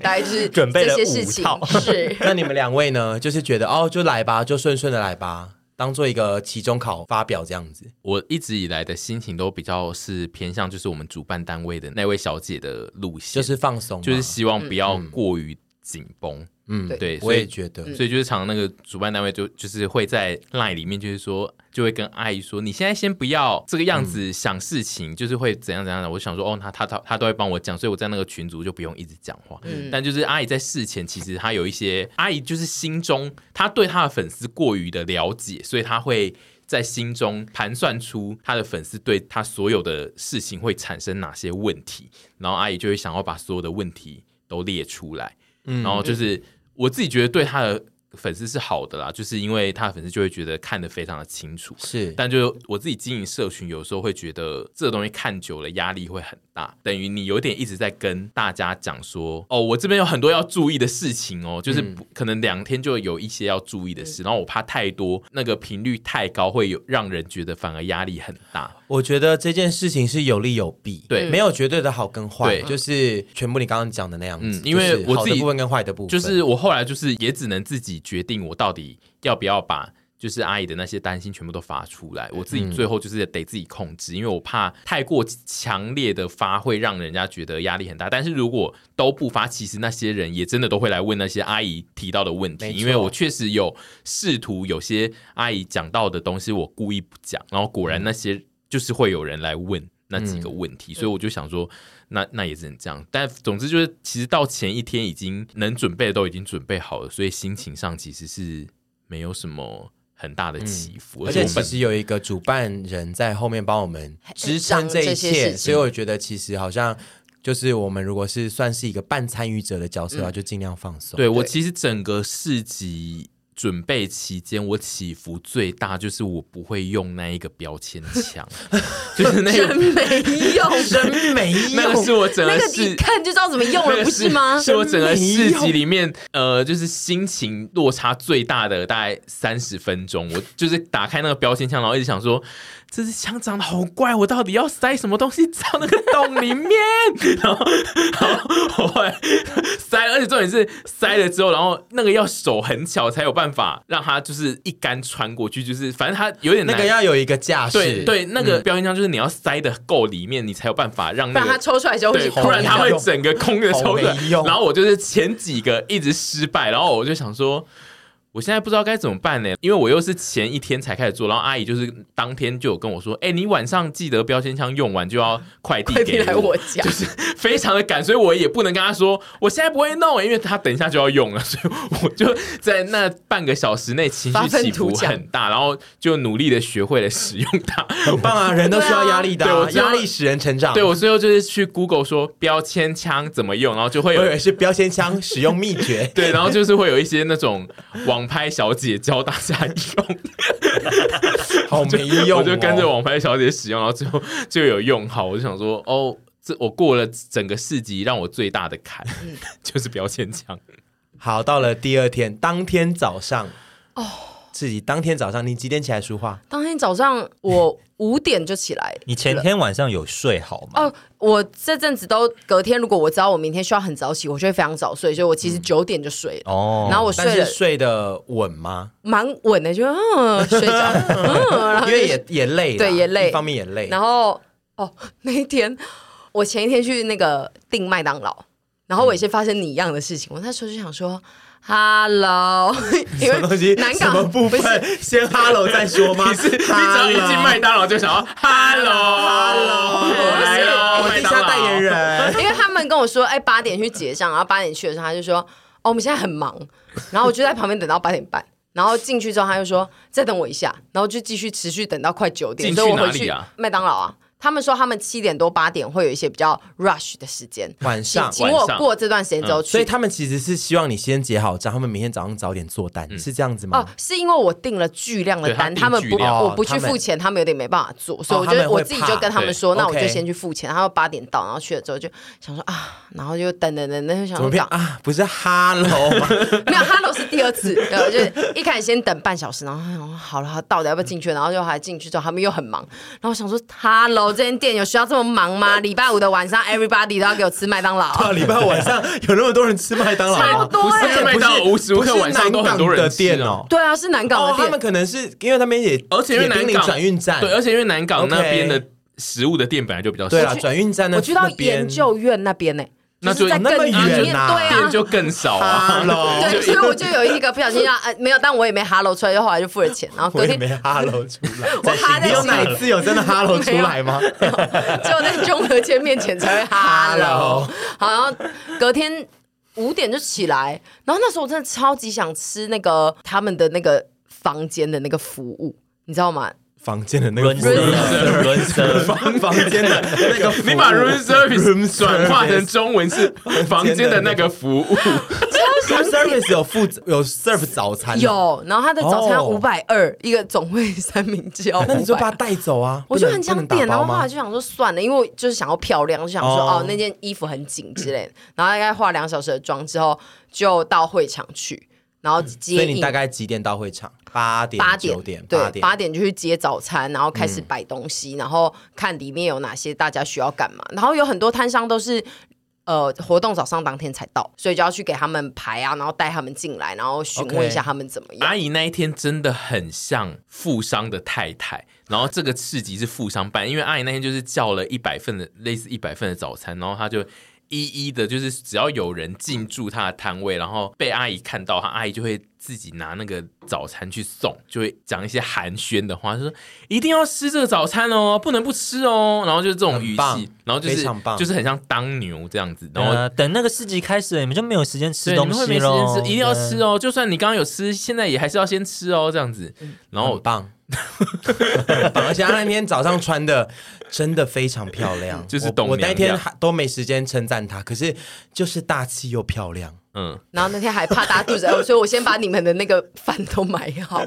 S1: 大概就是
S4: 准备了
S1: 这些事情
S4: 五套，
S1: 是
S2: 那你们两位呢？就是觉得哦，就来吧，就顺顺的来吧，当做一个期中考发表这样子。
S3: 我一直以来的心情都比较是偏向就是我们主办单位的那位小姐的路线，
S2: 就是放松嘛，
S3: 就是希望不要过于紧绷。
S2: 嗯
S1: 对嗯
S3: 对，
S2: 我
S3: 所
S2: 也
S3: 以
S2: 觉得，
S3: 所以就是常常那个主办单位就就是会在 line 里面就是说，就会跟阿姨说，你现在先不要这个样子想事情，就是会怎样怎样的。我想说，哦，他他他他都会帮我讲，所以我在那个群组就不用一直讲话。但就是阿姨在事前，其实她有一些阿姨就是心中她对她的粉丝过于的了解，所以她会。在心中盘算出她的粉丝对她所有的事情会产生哪些问题，然后阿姨就会想要把所有的问题都列出来，然后就是我自己觉得对他的粉丝是好的啦，就是因为他的粉丝就会觉得看得非常的清楚。
S2: 是
S3: 但就我自己经营社群，有时候会觉得这东西看久了压力会很大，等于你有点一直在跟大家讲说，哦，我这边有很多要注意的事情哦，就是不、可能两天就有一些要注意的事，然后我怕太多，那个频率太高，会有让人觉得反而压力很大。
S2: 我觉得这件事情是有利有弊，
S1: 嗯
S3: 对
S2: 没有绝对的好跟坏，
S3: 对
S2: 就是全部你刚刚讲的那样子，
S3: 嗯因为
S2: 就是
S3: 我
S2: 好
S3: 自己
S2: 的部分跟坏的部分，
S3: 就是我后来就是也只能自己决定我到底要不要把就是阿姨的那些担心全部都发出来，
S2: 嗯
S3: 我自己最后就是得自己控制，因为我怕太过强烈的发会让人家觉得压力很大。但是如果都不发，其实那些人也真的都会来问那些阿姨提到的问题
S2: 没，错
S3: 因为我确实有试图有些阿姨讲到的东西我故意不讲，然后果
S2: 嗯
S3: 然那些就是会有人来问。那几个问题，所以我就想说，那那也只能这样。但总之就是，其实到前一天已经能准备的都已经准备好了，所以心情上其实是没有什么很大的起伏。
S2: 而且
S3: 我
S2: 其
S3: 本
S2: 实有一个主办人在后面帮我们支撑这一
S1: 这些事
S2: 切，
S1: 情
S2: 所以我觉得其实好像就是我们如果是算是一个半参与者的角
S1: 嗯
S2: 色的话，就尽量放松。
S3: 对我其实整个市集准备期间，我起伏最大就是我不会用那一个标签墙， 就是那
S1: 真
S3: 个
S1: 没用，
S2: 真没
S3: 那个是我整
S1: 那
S3: 个
S1: 个
S3: 市
S1: 一看就知道怎么用
S3: 那
S1: 了，
S3: 个
S1: 不 是吗？
S3: 是我整个市集里面，呃，就是心情落差最大的大概三十分钟。我就是打开那个标签枪，然后一直想说，这支枪长得好怪，我到底要塞什么东西到那个洞里面？然后，然后我后来塞了，而且重点是塞了之后，然后那个要手很巧才有办办法让他就是一杆穿过去，就是反正他有点
S2: 那
S3: 难。
S2: 个要有一个架势，
S3: 对对，那个标音枪就是你要塞的够里面，你才有办法让
S1: 不
S3: 那
S1: 然他
S3: 个。
S1: 抽出来之后
S3: 对，
S1: 会
S3: 突然他会整个空的抽出来
S2: 好没用
S3: 然后我就是前几个一直失败，然后我就想说，我现在不知道该怎么办呢，因为我又是前一天才开始做，然后阿姨就是当天就有跟我说，哎、你晚上记得标签枪用完就要快递
S1: 快递
S3: 给
S1: 来我家
S3: 就，是非常的赶，所以我也不能跟他说我现在不会弄，因为他等一下就要用了，所以我就在那半个小时内情
S1: 发
S3: 绪
S1: 愤
S3: 起
S1: 图
S3: 伏
S1: 强
S3: 很大，然后就努力的学会了使用它。
S2: 很棒啊！人都需要压力的
S3: 对
S2: 啊、
S3: 我知道
S2: 压力使人成长。
S3: 对我最后就是去 Google 说标签枪怎么用，然后就会
S2: 我以
S3: 有。
S2: 为是标签枪使用秘诀
S3: 对，然后就是会有一些那种网拍小姐教大家 用，
S2: 好没用、哦，
S3: 我就跟着网拍小姐使用，然后最后就有用好，我就想说哦。这我过了整个市集，让我最大的坎、
S2: 嗯
S3: 就是标 签枪。
S2: 好，到了第二天，当天早上哦，自己当天早上，你几点起来说话？
S1: 当天早上我五点就起来
S4: 你前天晚上有睡好吗？
S1: 哦，我这阵子都隔天，如果我知道我明天需要很早起，我就会非常早睡，所以我其实九点就睡了。
S4: 哦，
S1: 然后我睡
S2: 但
S1: 了
S2: 是睡得稳吗？
S1: 蛮稳的，就嗯睡着，嗯， 然后
S2: 因为也也累啦，
S1: 对也累
S2: 一方面也累。
S1: 然后哦，那一天我前一天去那个订麦当劳，然后我也是发生你一样的事情。我那时候就想说，Hello，因
S2: 什么东西
S1: 为？南
S2: 什么
S1: 港
S2: 部
S1: 不是
S2: 分？先 hello 再说吗？你
S3: 你只要一进麦当劳就想要 “hello，hello”，我来了，
S2: 我
S3: 麦
S2: 地
S3: 当
S2: 下
S3: 劳
S2: 代言。人。
S1: 因为他们跟我说，哎，八点去结账，然后八点去的时候，他就说，哦，我们现在很忙，然后我就在旁边等到八点半。然后进去之后，他就说再等我一下，然后就继续持续等到快九点，
S3: 进去
S1: 所以我
S3: 哪
S1: 回
S3: 里
S1: 去
S3: 啊
S1: 麦当劳啊。他们说他们七点多八点会有一些比较 rush 的时间，
S2: 晚上嗯
S1: 请请
S3: 晚
S1: 我
S3: 上
S1: 过这段时间之后去。
S2: 所以他们其实是希望你先结好账，他们明天早上早点做单，是这样子吗
S1: 哦？，是因为我订了巨量的
S3: 对他
S1: 单，
S3: 订
S1: 他们
S3: 巨
S1: 不，
S3: 量
S1: 我
S2: 哦
S1: 不去
S2: 他们
S1: 付钱，他们有点没办法做，所以
S2: 哦
S1: 我觉
S2: 他
S1: 得
S2: 们会
S1: 我自己就跟他们说，
S2: 怕
S1: 那我就
S2: 对
S1: 先去付钱。然后八点到，然后去了之后就想说啊，然后就等等等等，就想
S2: 怎
S1: 说
S2: 么
S1: 这
S2: 变
S1: 样，
S2: 啊？不是 hello 吗？
S1: 没有 Hello 是第二次，对，我就是一开始先等半小时，然后想说好了，好到底要不要进去？然后就还进去之后，他们又很忙，然后我想说 Hello 这间店有需要这么忙吗？礼拜五的晚上，everybody 都要给我吃麦当 劳，
S2: 啊，礼拜晚上有那么多人吃麦当劳
S1: 超
S2: 吗？
S1: 多
S3: 不是
S1: 欸
S3: 麦当劳无时无
S2: 不
S3: 刻
S2: 是
S3: 晚上都很
S2: 南
S3: 多
S2: 港
S3: 人
S2: 的
S3: 吃啊
S2: 店哦。
S1: 对啊，是南港
S2: 哦，
S1: 的
S2: 他们
S1: 店，
S2: 可能是因为他们也，
S3: 而且因为
S2: 也
S3: 南
S2: 濒临
S3: 港
S2: 转运站，
S3: 对，而且因为南港
S2: OK
S3: 那边的食物的店本来就比较少
S2: 对，啦，转运站那
S1: 我去到
S2: 那边
S1: 研究院那边呢，
S3: 那
S1: 就是
S3: 就
S1: 在
S2: 那
S1: 更
S2: 么
S1: 里
S2: 远
S1: 面，对
S2: 呐
S1: 啊
S3: 店，就更少啊。
S2: ，hello，
S1: 对，所以我就有一个不小心让呃没有，但我也没哈喽出来，就后来就付了钱，然后
S2: 我
S1: 隔
S2: 也
S1: 天
S2: 没 hello 出来，
S1: 我哈在
S2: 你有
S1: 心
S2: 哪一
S1: 里，
S2: 次有真的 hello 出来吗？
S1: 只有在中和街面前才会哈喽
S2: Hello。
S1: 好，然后隔天五点就起来，然后那时候我真的超级想吃那个他们的那个房间的那个服务，你知道吗？
S2: 房间的那个
S4: 轮
S2: 服务
S4: 色轮色，
S2: 房房间的那个服务，
S3: 你把 room
S2: room
S3: service 转化成
S2: service
S3: 中文是房间的那个服务，
S2: room service 有负责有 serve 早餐，。啊
S1: 有，然后他的早餐
S2: 哦
S1: 五百二，一个总会三明治要
S2: 那你
S1: 五
S2: 就把它
S1: 百。
S2: 带走啊！
S1: 我就很想
S2: 不能
S1: 点，
S2: 打
S1: 然后
S2: 包
S1: 后来
S2: 吗？
S1: 就想说算了，因为我就是想要漂亮，就想说哦
S2: 哦
S1: 那件衣服很紧之类的。然后大概化两小时的妆之后，就到会场去，然后
S2: 嗯所
S1: 接
S2: 以你
S1: 应
S2: 大概几点到会场？八点、
S1: 八
S2: 九点、嗯
S1: 对
S2: 八，
S1: 八点就去接早餐，然后开始摆东西，然后看里面有哪些大家需要干嘛。然后有很多摊商都是。呃，活动早上当天才到，所以就要去给他们排啊，然后带他们进来，然后询问
S2: OK
S1: 一下他们怎么样。
S3: 阿姨那一天真的很像富商的太太，然后这个市集是富商办，因为阿姨那天就是叫了一百份的类似一百份的早餐，然后她就。一一的，就是只要有人进驻她的摊位，然后被阿姨看到，她阿姨就会自己拿那个早餐去送，就会讲一些寒暄的话，就说一定要吃这个早餐哦，不能不吃哦，然后就是这种语
S2: 很棒，
S3: 气然后就是
S2: 非常棒
S3: 就是很像当牛这样子，然后
S4: 呃，等那个市集开始，你们就没有时间吃
S3: 对，你
S4: 东
S3: 们会
S4: 西
S3: 没时间
S4: 喽
S3: 吃，一。定要吃哦。就算你刚刚有吃，现在也还是要先吃哦，这样子。然后
S2: 很棒。很棒而 且她那天早上穿的真的非常漂亮，
S3: 就是
S2: 我
S3: 懂
S2: 我
S3: 娘
S2: 那天
S3: 娘
S2: 还都没时间称赞她，可是就是大气又漂亮。
S3: 嗯，
S1: 然后那天还怕大家肚子饿，所以我先把你们的那个饭都买好，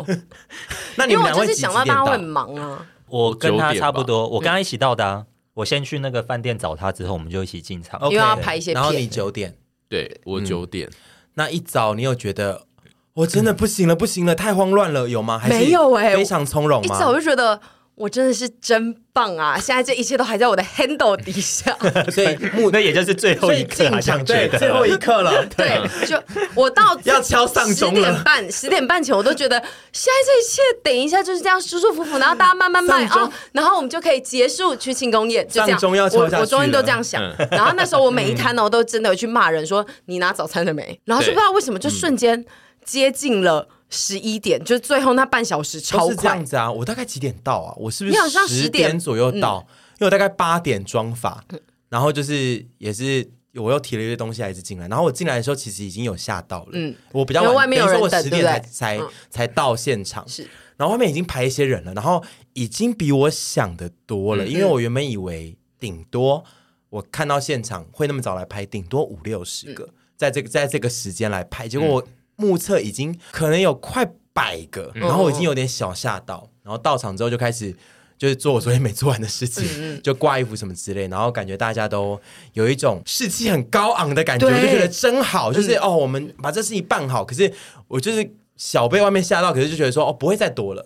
S2: 那你
S1: 因为
S2: 们
S1: 我
S2: 两
S1: 就
S2: 位
S1: 是
S2: 几
S1: 想
S2: 几
S1: 到
S2: 点
S1: 大家
S2: 到
S1: 会很？忙啊。
S4: 我跟
S3: 九
S4: 他
S3: 点
S4: 差不
S3: 吧
S4: 多，我跟他一起到的啊。我先去那个饭店找他，之后我们就一起进场。
S2: OK，
S1: 因为要拍一些
S2: 然后
S1: 片
S2: 你九点
S3: 对我九点，
S2: 那一早，你有觉得我真的不行了，不行了，太慌乱了，有吗？还是
S1: 没有欸
S2: 非常从容
S1: 一
S2: 吗？
S1: 早就觉得我真的是真棒啊！现在这一切都还在我的 handle 底 下。
S2: 所以目
S4: 那也就是 最后
S2: 所
S4: 一
S2: 以
S4: 刻，好
S2: 进
S4: 像
S2: 场
S4: 觉
S2: 对
S4: 得
S2: 最后一刻了，
S1: 对，就我到
S2: 要敲丧
S1: 十
S2: 钟了
S1: 点半，十点半前我都觉得现在这一切等一下就是这样舒舒服服，然后大家慢慢卖
S2: 丧钟
S1: 啊，然后我们就可以结束去庆功宴，就这样。
S2: 丧钟要敲
S1: 我
S2: 下去了嗯
S1: 我终于都这样想。然后那时候我每一摊呢，我都真的有去骂人说你拿早餐了没？然后就
S3: 对
S1: 不知道为什么
S2: 嗯
S1: 就瞬间接近了十一点，就最后那半小时超
S2: 都是这
S1: 快
S2: 样。子啊！我大概几点到啊？我是不
S1: 你好像
S2: 是
S1: 10点嗯
S2: 点左右到？因为我大概八点妆发，然后就是也是我又提了一堆东西，还是进来。然后我进来的时候，其实已经有吓到了。
S1: 嗯
S2: 我比较
S1: 因
S2: 晚，
S1: 为外面有人
S2: 等于说我
S1: 等
S2: 十
S1: 对
S2: 点
S1: 不
S2: 才
S1: 对
S2: 才、
S1: 嗯
S2: 才到现场，
S1: 是
S2: 然后外面已经排一些人了，然后已经比我想的多
S1: 嗯
S2: 了，因为我原本以为顶多我看到现场会那么早来拍，顶多五六十个，在这个在这个时间来拍，结
S3: 嗯
S2: 果我目测已经可能有快百个，
S3: 嗯
S2: 然后我已经有点小吓到，然后到场之后就开始。就是做我昨天没做完的事情，就挂衣服什么之类，然后感觉大家都有一种士气很高昂的感觉，我
S1: 对
S2: 就觉得真好，就是、哦，我们把这事情办好。可是我就是小被外面吓到，可是就觉得说哦，不会再多了。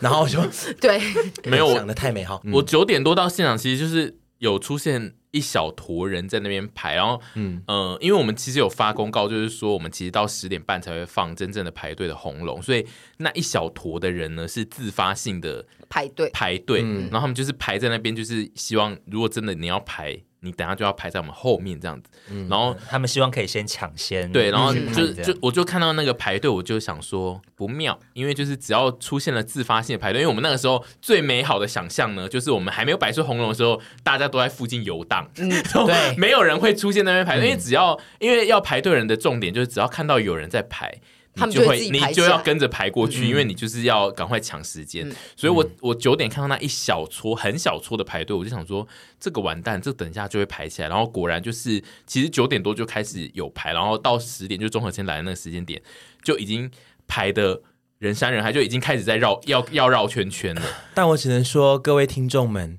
S2: 然后我就
S1: 对，
S3: 没有
S2: 想的太美好，嗯
S3: 我九点多到现场，其实就是有出现一小坨人在那边排，然后嗯呃，因为我们其实有发公告，就是说我们其实到十点半才会放真正的排队的红龙，所以那一小坨的人呢是自发性的
S1: 排队。
S3: 排队，然后他们就是排在那边，就是希望如果真的你要排，你等下就要排在我们后面这样子，然后。
S4: 他们希望可以先抢先
S3: 对，然后
S4: 嗯
S3: 就
S4: 这样
S3: 就我就看到那个排队，我就想说不妙，因为就是只要出现了自发性的排队，因为我们那个时候最美好的想象呢，就是我们还没有摆出红龙的时候，大家都在附近游荡，然后
S4: 嗯对
S3: 没有人会出现在那边排队，因为只要因为要排队人的重点就是只要看到有人在排。
S1: 他
S3: 你
S1: 们
S3: 就
S1: 就会
S3: 会，
S1: 自
S3: 你
S1: 己排嗯
S3: 就要
S1: 下
S3: 跟着排过去，因为你就是要赶快抢时间。
S1: 嗯
S3: 所以我我九点看到那一小撮很小撮的排队，我就想说这个完蛋，这等一下就会排起来。然后果然就是，其实九点多就开始有排，然后到十点就综合签来的那个时间点，就已经排的人山人海，就已经开始在绕要要绕圈圈了。
S2: 但我只能说，各位听众们，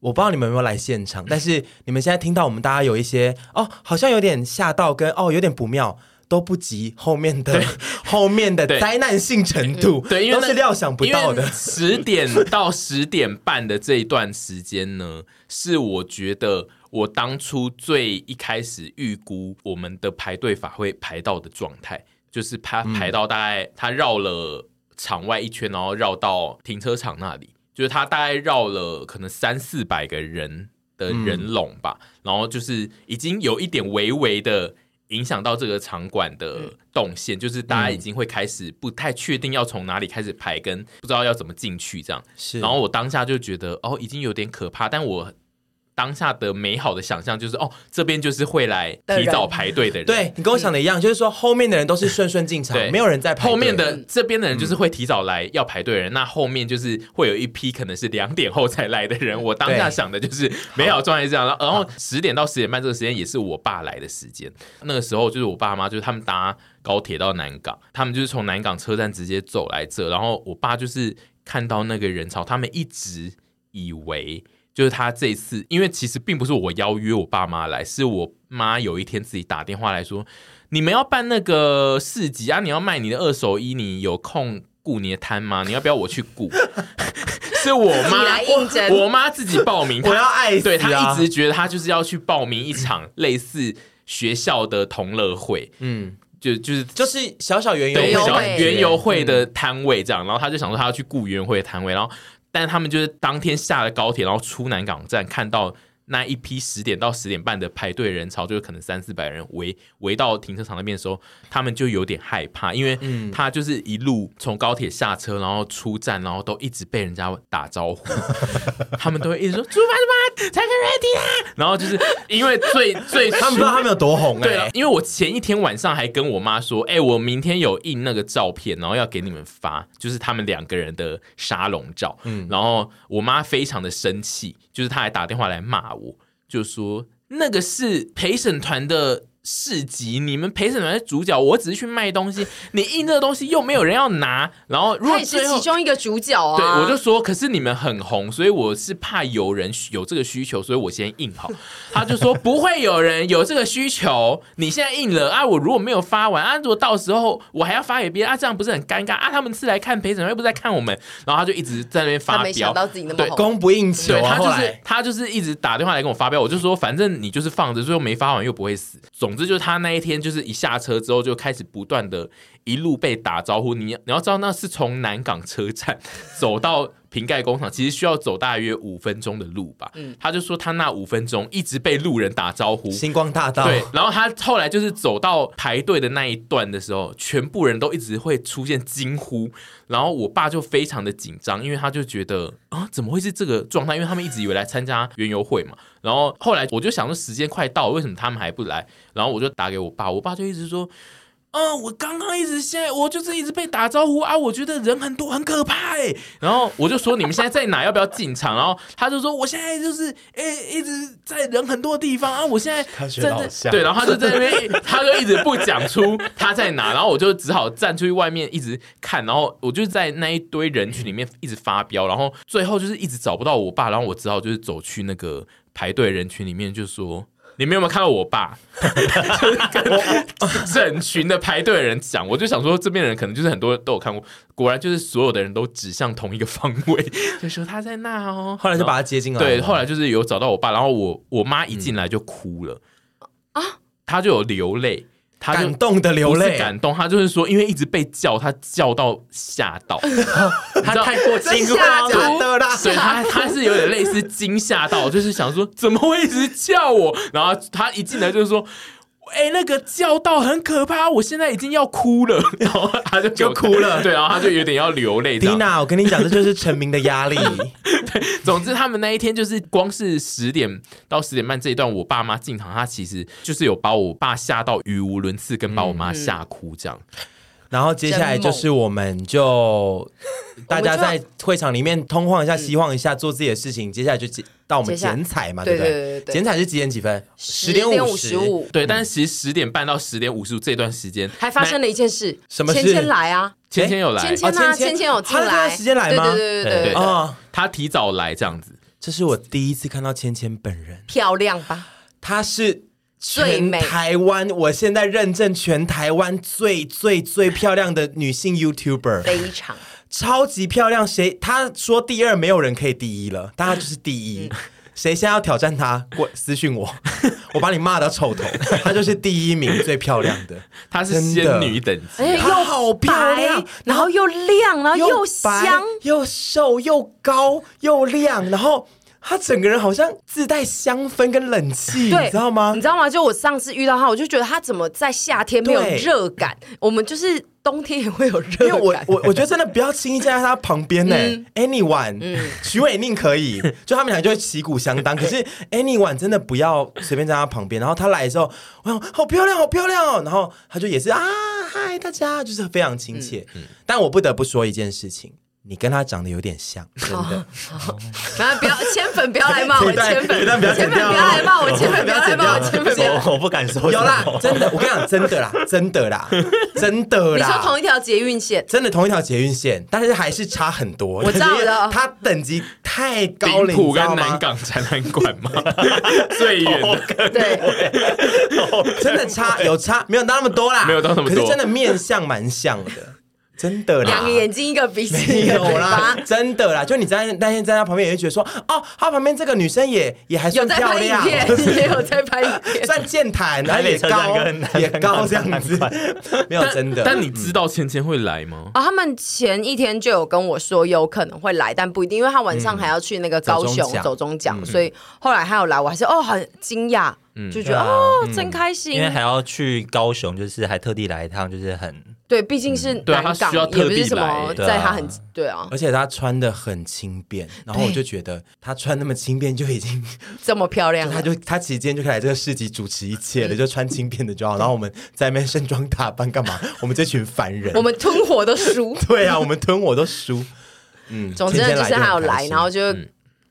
S2: 我不知道你们有没有来现场，但是你们现在听到我们大家有一些哦，好像有点吓到跟，哦有点不妙。都不及后面的 后面的
S3: 对
S2: 灾难性程度，
S3: 对，因为
S2: 都
S3: 那
S2: 是料想不到的。
S3: 十点到十点半的这一段时间呢， 是我觉得我当初最一开始预估我们的排队法会排到的状态，就是他
S2: 嗯
S3: 排到大概、他绕了场外一圈，然后绕到停车场那里，就是他大概绕了可能三四百个人的人龙吧，然后就是已经有一点微微的。影响到这个场馆的动线，就是大家已经会开始不太确定要从哪里开始排，跟不知道要怎么进去这样。
S2: 是
S3: 然后我当下就觉得，哦，已经有点可怕，但我当下的美好的想象就是，哦，这边就是会来
S1: 的
S3: 提
S1: 人
S3: 早排队的人，
S2: 对你跟我想的一样，就是说后面的人都是顺顺进场
S3: 对，
S2: 没有人在排队
S3: 后面的这边的人就是会提早来要排队的人，那后面就是会有一批可能是两点后才来的人。我当下
S2: 嗯对
S3: 想的就是美好状态是这样，然后十点到十点半这个时间也是我爸来的时间。那个时候就是我爸妈就是他们搭高铁到南港，他们就是从南港车站直接走来这，然后我爸就是看到那个人潮，他们一直以为。就是他这一次，因为其实并不是我邀约我爸妈来，是我妈有一天自己打电话来说，你们要办那个市集啊，你要卖你的二手衣，你有空雇你的摊吗？你要不要我去雇？ 是我
S1: 你来应
S3: 妈，
S1: 征
S3: 我妈自己报名，
S2: 我要
S3: 她
S2: 爱死啊
S3: 对她一直觉得她就是要去报名一场类似学校的同乐会，
S2: 嗯，
S3: 就就是
S2: 就是小小园游
S3: 对，
S1: 园游
S3: 小
S1: 会
S3: 园游会的摊位这样，然后他就想说他要去雇园游会的摊位，然后但他们就是当天下了高铁，然后出南港站，看到那一批十点到十点半的排队人潮，就是可能三四百人围围到停车场那边的时候，他们就有点害怕，因为他就是一路从高铁下车，然后出站，然后都一直被人家打招呼，他们都会一直说出发出发，才可 ready 啊，然后就是因为最最
S2: 他们不知道他们有多红
S3: 对啊
S2: 哎，，
S3: 因为我前一天晚上还跟我妈说，哎、我明天有印那个照片，然后要给你们发，就是他们两个人的沙龙照。嗯，然后我妈非常的生气，就是她还打电话来骂我，就说那个是陪审团的市集，你们陪审团是主角，我只是去卖东西，你印这个东西又没有人要拿，然后如
S1: 他
S3: 果
S1: 也
S3: 最
S1: 是
S3: 后
S1: 其中一个主角啊。
S3: 对，我就说，可是你们很红，所以我是怕有人有这个需求，所以我先印好。 他就说不会有人有这个需求，你现在印了啊，我如果没有发完啊，如果到时候我还要发给别人啊，这样不是很尴尬啊？他们是来看陪审团，又不是在看我们。然后他就一直在那边
S1: 他
S3: 发
S1: 没想
S3: 飙，
S1: 到自己那么
S3: 对
S1: 红，
S2: 供不应求
S3: 对
S2: 啊。
S3: 他
S2: 后
S3: 就是
S2: 来
S3: 他就是一直打电话来跟我发飙，我就说反正你就是放着，最后没发完又不会死。总之就是他那一天就是一下车之后就开始不断的一路被打招呼。你你要知道那是从南港车站走到瓶盖工厂，其实需要走大约五分钟的路吧。他就说他那五分钟一直被路人打招呼。
S2: 星光大道，
S3: 对，然后他后来就是走到排队的那一段的时候，全部人都一直会出现惊呼，然后我爸就非常的紧张，因为他就觉得啊，怎么会是这个状态？因为他们一直以为来参加园游会嘛，然后后来我就想说时间快到了，为什么他们还不来？然后我就打给我爸，我爸就一直说。啊！我刚刚一直现在我就是一直被打招呼啊，我觉得人很多很可怕哎、然后我就说你们现在在哪？要不要进场？然后他就说我现在就是哎、一直在人很多的地方啊，我现在
S2: 他学
S3: 真
S2: 得好
S3: 的
S2: 像
S3: 对，然后他就在那边，他就一直不讲出他在哪，然后我就只好站出去外面一直看，然后我就在那一堆人群里面一直发飙，然后最后就是一直找不到我爸，然后我只好就是走去那个排队人群里面就说。你们有没有看到我爸？就是跟 整群的排队的人讲，我就想说，这边的人可能就是很多都有看过，果然就是所有的人都指向同一个方位， 就说他在那哦。
S2: 后来就把
S3: 然
S2: 他接进来了。
S3: 对，后来就是有找到我爸，然后我我妈一进来就哭了、啊，她就有流泪，她就
S2: 感动的流
S3: 不是
S2: 泪，
S3: 感动，她就是说，因为一直被叫，她叫到吓到，
S2: 他太过惊
S1: 真吓
S2: 慌
S1: 到
S2: 了啦。
S3: 所以她她是有点类似惊吓到，就是想说怎么会一直叫我，然后她一进来就是说。哎、那个叫到很可怕，我现在已经要哭了， 然后她就
S2: 就哭了
S3: 对，然后她就有点要流泪这样。
S2: Tina，我跟你讲，这就是成名的 压力。
S3: 总之，他们那一天就是光是十点到十点半这一段，我爸妈进场，他其实就是有把我爸吓到语无伦次，跟把我
S1: 嗯
S3: 妈吓哭这样。
S2: 然后接下来就是我们就大家在会场里面通晃一下、西晃一下，做自己的事情。接下来就嗯接到我们
S1: 接下来
S2: 剪彩嘛，
S1: 对
S2: 不
S1: 对对对对
S2: 剪彩是几点几分？
S1: 十
S2: 点
S1: 点
S2: 五
S1: 五十。五，
S3: 对，但是其实十点半到十点五十五这段时间，
S1: 还发生
S3: 那
S1: 了一件事，
S2: 什么事
S1: 芊芊来啊，
S3: 芊芊有来
S1: 芊，芊啊，
S2: 哦芊芊
S1: 芊芊有进
S2: 她在
S1: 来，
S2: 时间来吗
S1: 对对对对
S3: 对
S1: 对，
S3: 对
S2: 啊，
S3: 他提早来这样子。
S2: 这是我第一次看到芊芊本人，
S1: 漂亮吧？
S2: 她是。
S1: 最
S2: 全
S1: 美
S2: 台湾，我现在认证全台湾最最最漂亮的女性 YouTuber，
S1: 非常，
S2: 超级漂亮，谁他说第二没有人可以第一了，但他就是 第一。谁现在要挑战他，过私讯我， 我把你骂到臭头。 他就是第一名，最漂亮 的，
S3: 她是仙女等级
S1: 而且
S3: 啊，
S2: 她好漂亮
S1: 哎白，然后又亮，然后又
S2: 白
S1: 香，
S2: 又瘦又高又亮，然后他整个人好像自带香氛跟冷气，
S1: 对，
S2: 你知道吗
S1: 你？知道吗？就我上次遇到他，我就觉得他怎么在夏天没有
S2: 对
S1: 热感？我们就是冬天也会有
S2: 因
S1: 热
S2: 为我
S1: 感。
S2: 我我觉得真的不要轻易站在他旁边呢、Anyone，、徐
S1: 嗯
S2: 伟宁 可以，就他们俩就会旗鼓相当。可是 Anyone 真的不要随便站在他旁边。然后他来的时候，我想好漂亮，好漂亮哦。然后他就也是啊，嗨大家，就是非常亲切。
S1: 嗯
S2: 但我不得不说一件事情，你跟他长得有点
S1: 哦
S2: 像，真 的。
S1: 然后啊不要千粉不要来 骂我，
S2: 这一段
S1: 千粉
S2: 这一段不要剪
S1: 千粉不
S2: 掉
S1: 要
S2: 哦
S1: 来骂我，千粉不要来骂我，
S2: 这
S1: 千 粉不啊 要。
S4: 我我不敢说
S2: 有啦
S4: 什，么
S2: 真的，我跟你讲，真 的啦，真的啦，真的
S1: 你
S2: 啦。
S1: 说同一条捷运线，
S2: 真的同一条捷运线，但是还是差很多。
S1: 我知道
S2: 就是因为
S1: 了
S2: 他等级太高了，
S3: 顶
S2: 你
S3: 埔
S2: 知道
S3: 跟
S2: 吗哦
S3: 南？港展览馆 嘛，最远 的。
S1: 对，
S2: 真的 差有差，没有到那么多啦，
S3: 没有到那么多
S2: 可是真的面相蛮像的，真的啦
S1: 两个。眼睛一个鼻子
S2: 没
S1: 一个
S2: 有
S1: 嘴
S2: 啦
S1: 巴，，
S2: 真的啦，就你在那天在他旁边，也会觉得说，哦，他旁边这个女生也也还
S1: 有
S2: 算
S1: 在
S2: 漂
S1: 拍影
S2: 亮，
S1: 片，也有在拍影 片。
S2: 算健谈，然后
S4: 台北
S2: 也
S4: 车站
S2: 高
S4: 跟南
S2: 也
S4: 港
S2: 高这样子
S4: 展览，
S2: 没有真的。
S3: 但你知道芊芊会来吗？
S1: 啊、他们前一天就有跟我说有可能会来，但不一定，因为他晚上还要去那个高
S2: 走
S1: 雄
S2: 中奖
S1: 走中奖，所以后来他有来，我还是哦很惊讶，就觉得、
S2: 对啊
S1: 哦真开心
S4: 因为，还要去高雄，就是还特地来一趟，就是很
S1: 对，毕竟是
S3: 对啊
S1: 南
S3: 他
S1: 港，
S3: 需要
S1: 也
S3: 特
S1: 不
S3: 地
S1: 是什么
S3: 来
S4: 对啊
S1: 在他很对啊
S2: 而且她穿的很轻便，然后我就觉得她穿那么轻便就已经
S1: 这么漂亮，
S2: 他就他其实今天就可以来这个市集主持一切 了，就穿轻便的就好。然后我们在那边盛装打扮干嘛？我们这群凡人，
S1: 我们吞火都输。
S2: 对啊，我们吞我都输。嗯，
S1: 总之
S2: 芊
S1: 呢
S2: 芊
S1: 就是
S2: 来
S1: 还有
S2: 很开
S1: 来，
S2: 心
S1: 然后就。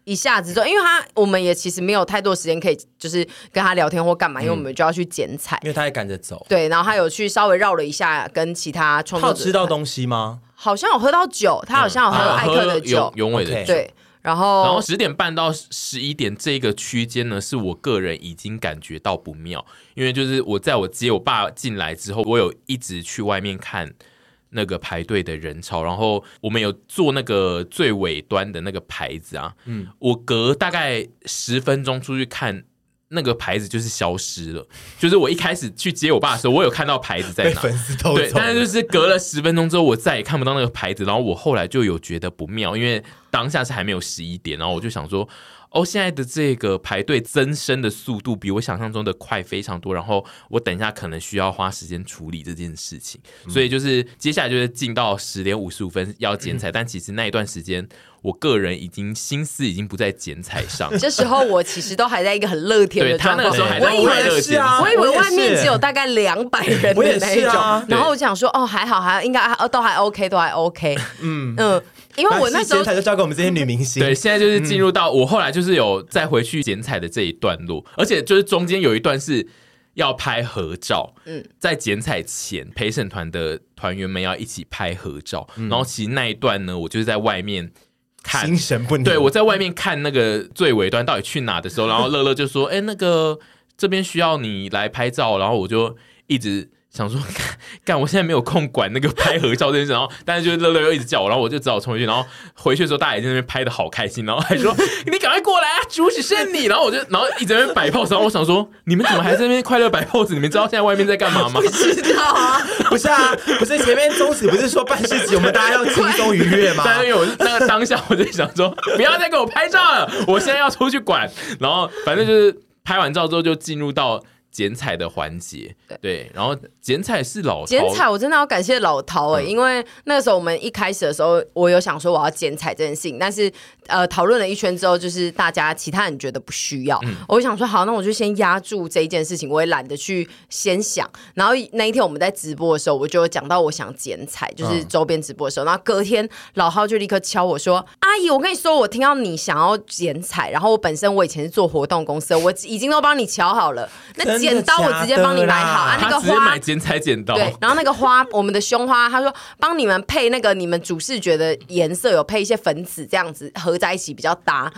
S1: 一下子做，因为他我们也其实没有太多时间可以就是跟他聊天或干嘛，因为我们就要去剪彩。
S2: 因为他也赶着走。
S1: 对，然后他有去稍微绕了一下，跟其他创
S2: 他
S1: 作
S2: 有
S1: 者
S2: 吃到东西吗？
S1: 好像有喝到酒，他好像哦有喝
S3: 嗯
S1: 艾克的酒，
S3: 啊永永伟的
S2: OK
S3: 酒。
S1: 对，然
S3: 然后
S1: 后。
S3: 十点半到十一点这个区间呢，是我个人已经感觉到不妙，因为就是我在我接我爸进来之后，我有一直去外面看那个排队的人潮，然后我们有做那个最尾端的那个牌子啊，嗯，我隔大概十分钟出去看。那个牌子就是消失了，就是我一开始去接我爸的时候，我有看到牌子在哪，
S2: 丝偷
S3: 对，但是就是隔了十分钟之后，我再也看不到那个牌子，然后我后来就有觉得不妙，因为当下是还没有十一点，然后我就想说，哦，现在的这个排队增生的速度比我想象中的快非常多，然后我等一下可能需要花时间处理这件事情，所以就是接下来就是进到十点五十五分要剪彩，但其实那一段时间，我个人已经心思已经不在剪彩上
S1: 这时候我其实都还在一个很乐天
S3: 对
S1: 的
S3: 他
S1: 状
S3: 那个
S1: 况
S3: 时候还，在
S1: 我以
S3: 快
S1: 为
S3: 乐
S2: 是啊，
S1: 我以为外面只有
S2: 我也是
S1: 大概两百人
S2: 我也
S1: 的那一
S2: 是
S1: 种，
S2: 啊
S1: 然后我想说，哦，还好，还应该还都还 OK，都还 OK，嗯嗯，因为我那时候
S2: 把时间才就交给我们这些女明星。
S3: 对，现在就是进入到我后来就是有再回去剪彩的这一段路，而且就是中间有一段是要拍合照，嗯，在剪彩前陪审团的团员们要一起拍合照，然后其实那一段呢，我就是在外面看
S2: 心神不宁。
S3: 对，我在外面看那个最尾端到底去哪的时候，然后乐乐就说：“哎、那个这边需要你来拍照。”然后我就一直想说：“ 干干，我现在没有空管那个拍合照这件事。”然后但是就是乐乐又一直叫我，然后我就只好冲回去。然后回去的时候，大家也在那边拍的好开心，然后还说：“你赶快过来啊，主只剩你。”然后我就然后一直在那边摆 pose，然后我想说：“你们怎么还在那边快乐摆 pose？你们知道现在外面在干嘛吗？”
S1: 知道啊，
S2: 不是啊，不是前面宗旨不是说办事情，我们大家要轻松愉悦吗？
S3: 但是因为我那个当下，我就想说， 不要再给我拍照了，我现在要出去管。然后反正就是拍完照之后，就进入到剪彩的环节。对，然后剪彩是老嗯
S1: 剪
S3: 陶
S1: 彩我真的要感谢老陶哎、因为那个时候我们一开始的时候，我有想说我要剪彩这件事情，但是呃讨论了一圈之后，就是大家其他人觉得不需要，
S3: 嗯
S1: 我就想说好，那我就先压住这一件事情，我也懒得去先想。然后那一天我们在直播的时候，我就有讲到我想剪彩，
S3: 嗯
S1: 就是周边直播的时候，然后隔天老浩就立刻敲我说：“阿姨，我跟你说，我听到你想要剪彩，然后我本身我以前是做活动公司的，我已经都帮你瞧好了，那
S2: 真的
S1: 剪刀我直接帮你买好啊，
S2: 假
S1: 那
S3: 他
S1: 个
S3: 直接
S1: 花
S3: 买剪彩剪刀，
S1: 对，然后那个花，我们的胸花，他说帮你们配那个你们主视觉的颜色，有配一些粉紫这样子合在一起比较搭。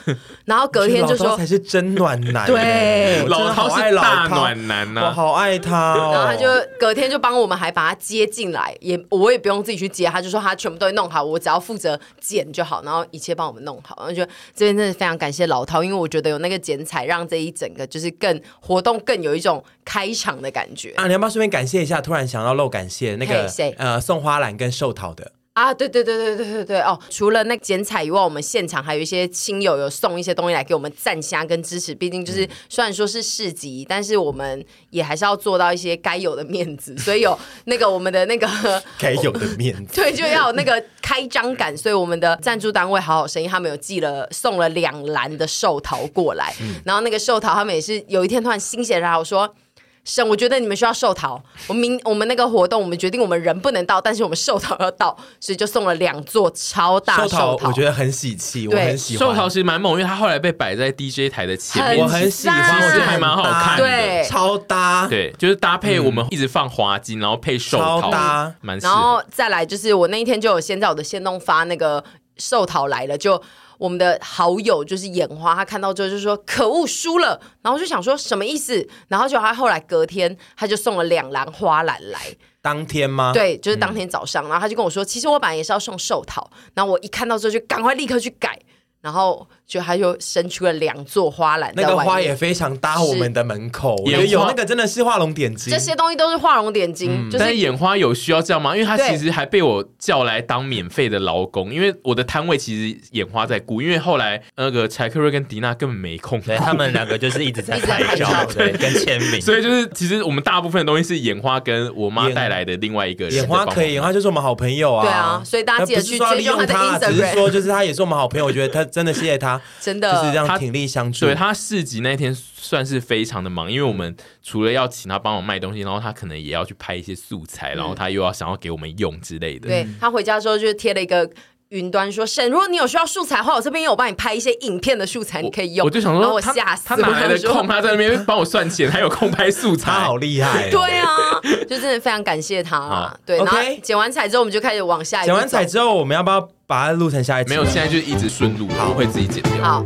S1: 然后隔天就
S2: 老
S1: 说
S2: 饕才，是真暖男，欸
S1: 对
S2: 我真的好爱
S3: 老饕是
S2: 老
S3: 大
S2: 饕
S3: 暖啊男呐
S2: 我好爱他哦。
S1: 然后他就隔天就帮我们还把它接进来，也我也不用自己去接，他就说他全部都会弄好，我只要负责剪就好，然后一切帮我们弄好。然后就这边真的非常感谢老饕，因为我觉得有那个剪彩，让这一整个就是更活动更有一种开场的感觉
S2: 啊，你要不要顺便感谢一下？突然想到漏感谢那个
S1: 嘿谁
S2: 呃送花篮跟寿桃的，
S1: 啊，对对对对对对对哦！除了那剪彩以外，我们现场还有一些亲友有送一些东西来给我们赞虾跟支持。毕竟就是、虽然说是市集，但是我们也还是要做到一些该有的面子，所以有那个我们的那个
S2: 该有的面子。
S1: 对，就要有那个开张感，所以我们的赞助单位好好生意，他们有寄了送了两篮的寿桃过来，然后那个寿桃他们也是有一天突然心血来潮说。沈，我觉得你们需要寿桃。我明我们那个活动，我们决定我们人不能到，但是我们寿桃要到，所以就送了两座超大
S2: 寿
S1: 桃
S2: 桃。我觉得很喜气，我
S1: 对
S2: 很喜欢。
S3: 寿桃其实蛮猛，因为他后来被摆在 DJ 台的前
S1: 很
S3: 面，
S2: 我很啊喜欢，
S1: 赞
S2: 我觉得
S3: 还蛮好看的
S1: 对
S2: 超搭。
S3: 对，就是搭配我们一直放花金，然后配寿桃
S2: 超搭，
S3: 蛮适
S1: 然
S3: 合。
S1: 后再来就是我那一天就有先在我的线动发那个寿桃来了，就我们的好友就是眼花，他看到之后就说可恶输了，然后我就想说什么意思，然后就他后来隔天他就送了两篮花篮来，
S2: 当天吗？，
S1: 对，就是当天早上，然后他就跟我说，其实我本来也是要送寿桃，然后我一看到之后就赶快立刻去改，然后就他就伸出了两座花篮在
S2: 那个
S1: 外
S2: 花
S1: 面
S2: 也非常搭我们的门口，我
S3: 是
S2: 觉得有
S3: 眼花
S2: 那个真的是画龙点睛
S1: 这。些东西都是画龙点睛，
S2: 嗯
S1: 就
S3: 但是
S1: 是
S3: 眼花有需要这样吗？因为他
S1: 对
S3: 其实还被我叫来当免费的劳工，因为我的摊位其实眼花在顾，因为后来那个柴克瑞跟迪娜根本没空
S4: 对他们两个就是一直在
S1: 一直在
S4: 拍
S1: 拍
S4: 照，
S1: 照
S4: 对，跟签名。
S3: 所以就是其实我们大部分的东西是眼花跟我妈
S2: 眼
S3: 带来的另外一个人
S2: 眼花
S3: 在帮
S2: 可以，
S3: 忙
S2: 眼花就是我们好朋友啊。
S1: 对啊所以大家记得去追踪
S2: 那不
S1: 他的
S2: 是说要利用他，只
S1: Instagram
S2: 是说就是他也是我们好 朋友，我觉得他真的谢谢他，
S1: 真
S2: 就
S1: 的
S2: 是这样
S3: 他
S2: 挺立相助。
S3: 对他市集那天算是非常的忙，因为我们除了要请他帮我卖东西，然后他可能
S1: 嗯
S3: 也要去拍一些素材，然后他又要想要给我们用之类的。
S1: 对他回家之后就贴了一个云端说：“沈，如果你有需要素材的话，我这边有帮你拍一些影片的素材，你可以用。”
S3: 我就想
S1: 然后
S3: 说
S1: 我
S3: 他
S1: 吓死
S3: 他哪来
S1: 我
S3: 的
S1: 想说
S3: 空？啊他在那边帮我算钱，还有空拍素
S2: 他
S3: 材
S2: 好。厉 害、哦，
S1: 对啊，就真的非常感谢他啦
S3: 好。
S1: 对，然后
S2: OK
S1: 剪完彩之后，我们就开始往下一步
S2: 剪完彩
S1: 走
S2: 之后，我们要不要把它录成下一集？
S3: 没有，现在就一直顺路，我会自己剪掉。
S1: 好。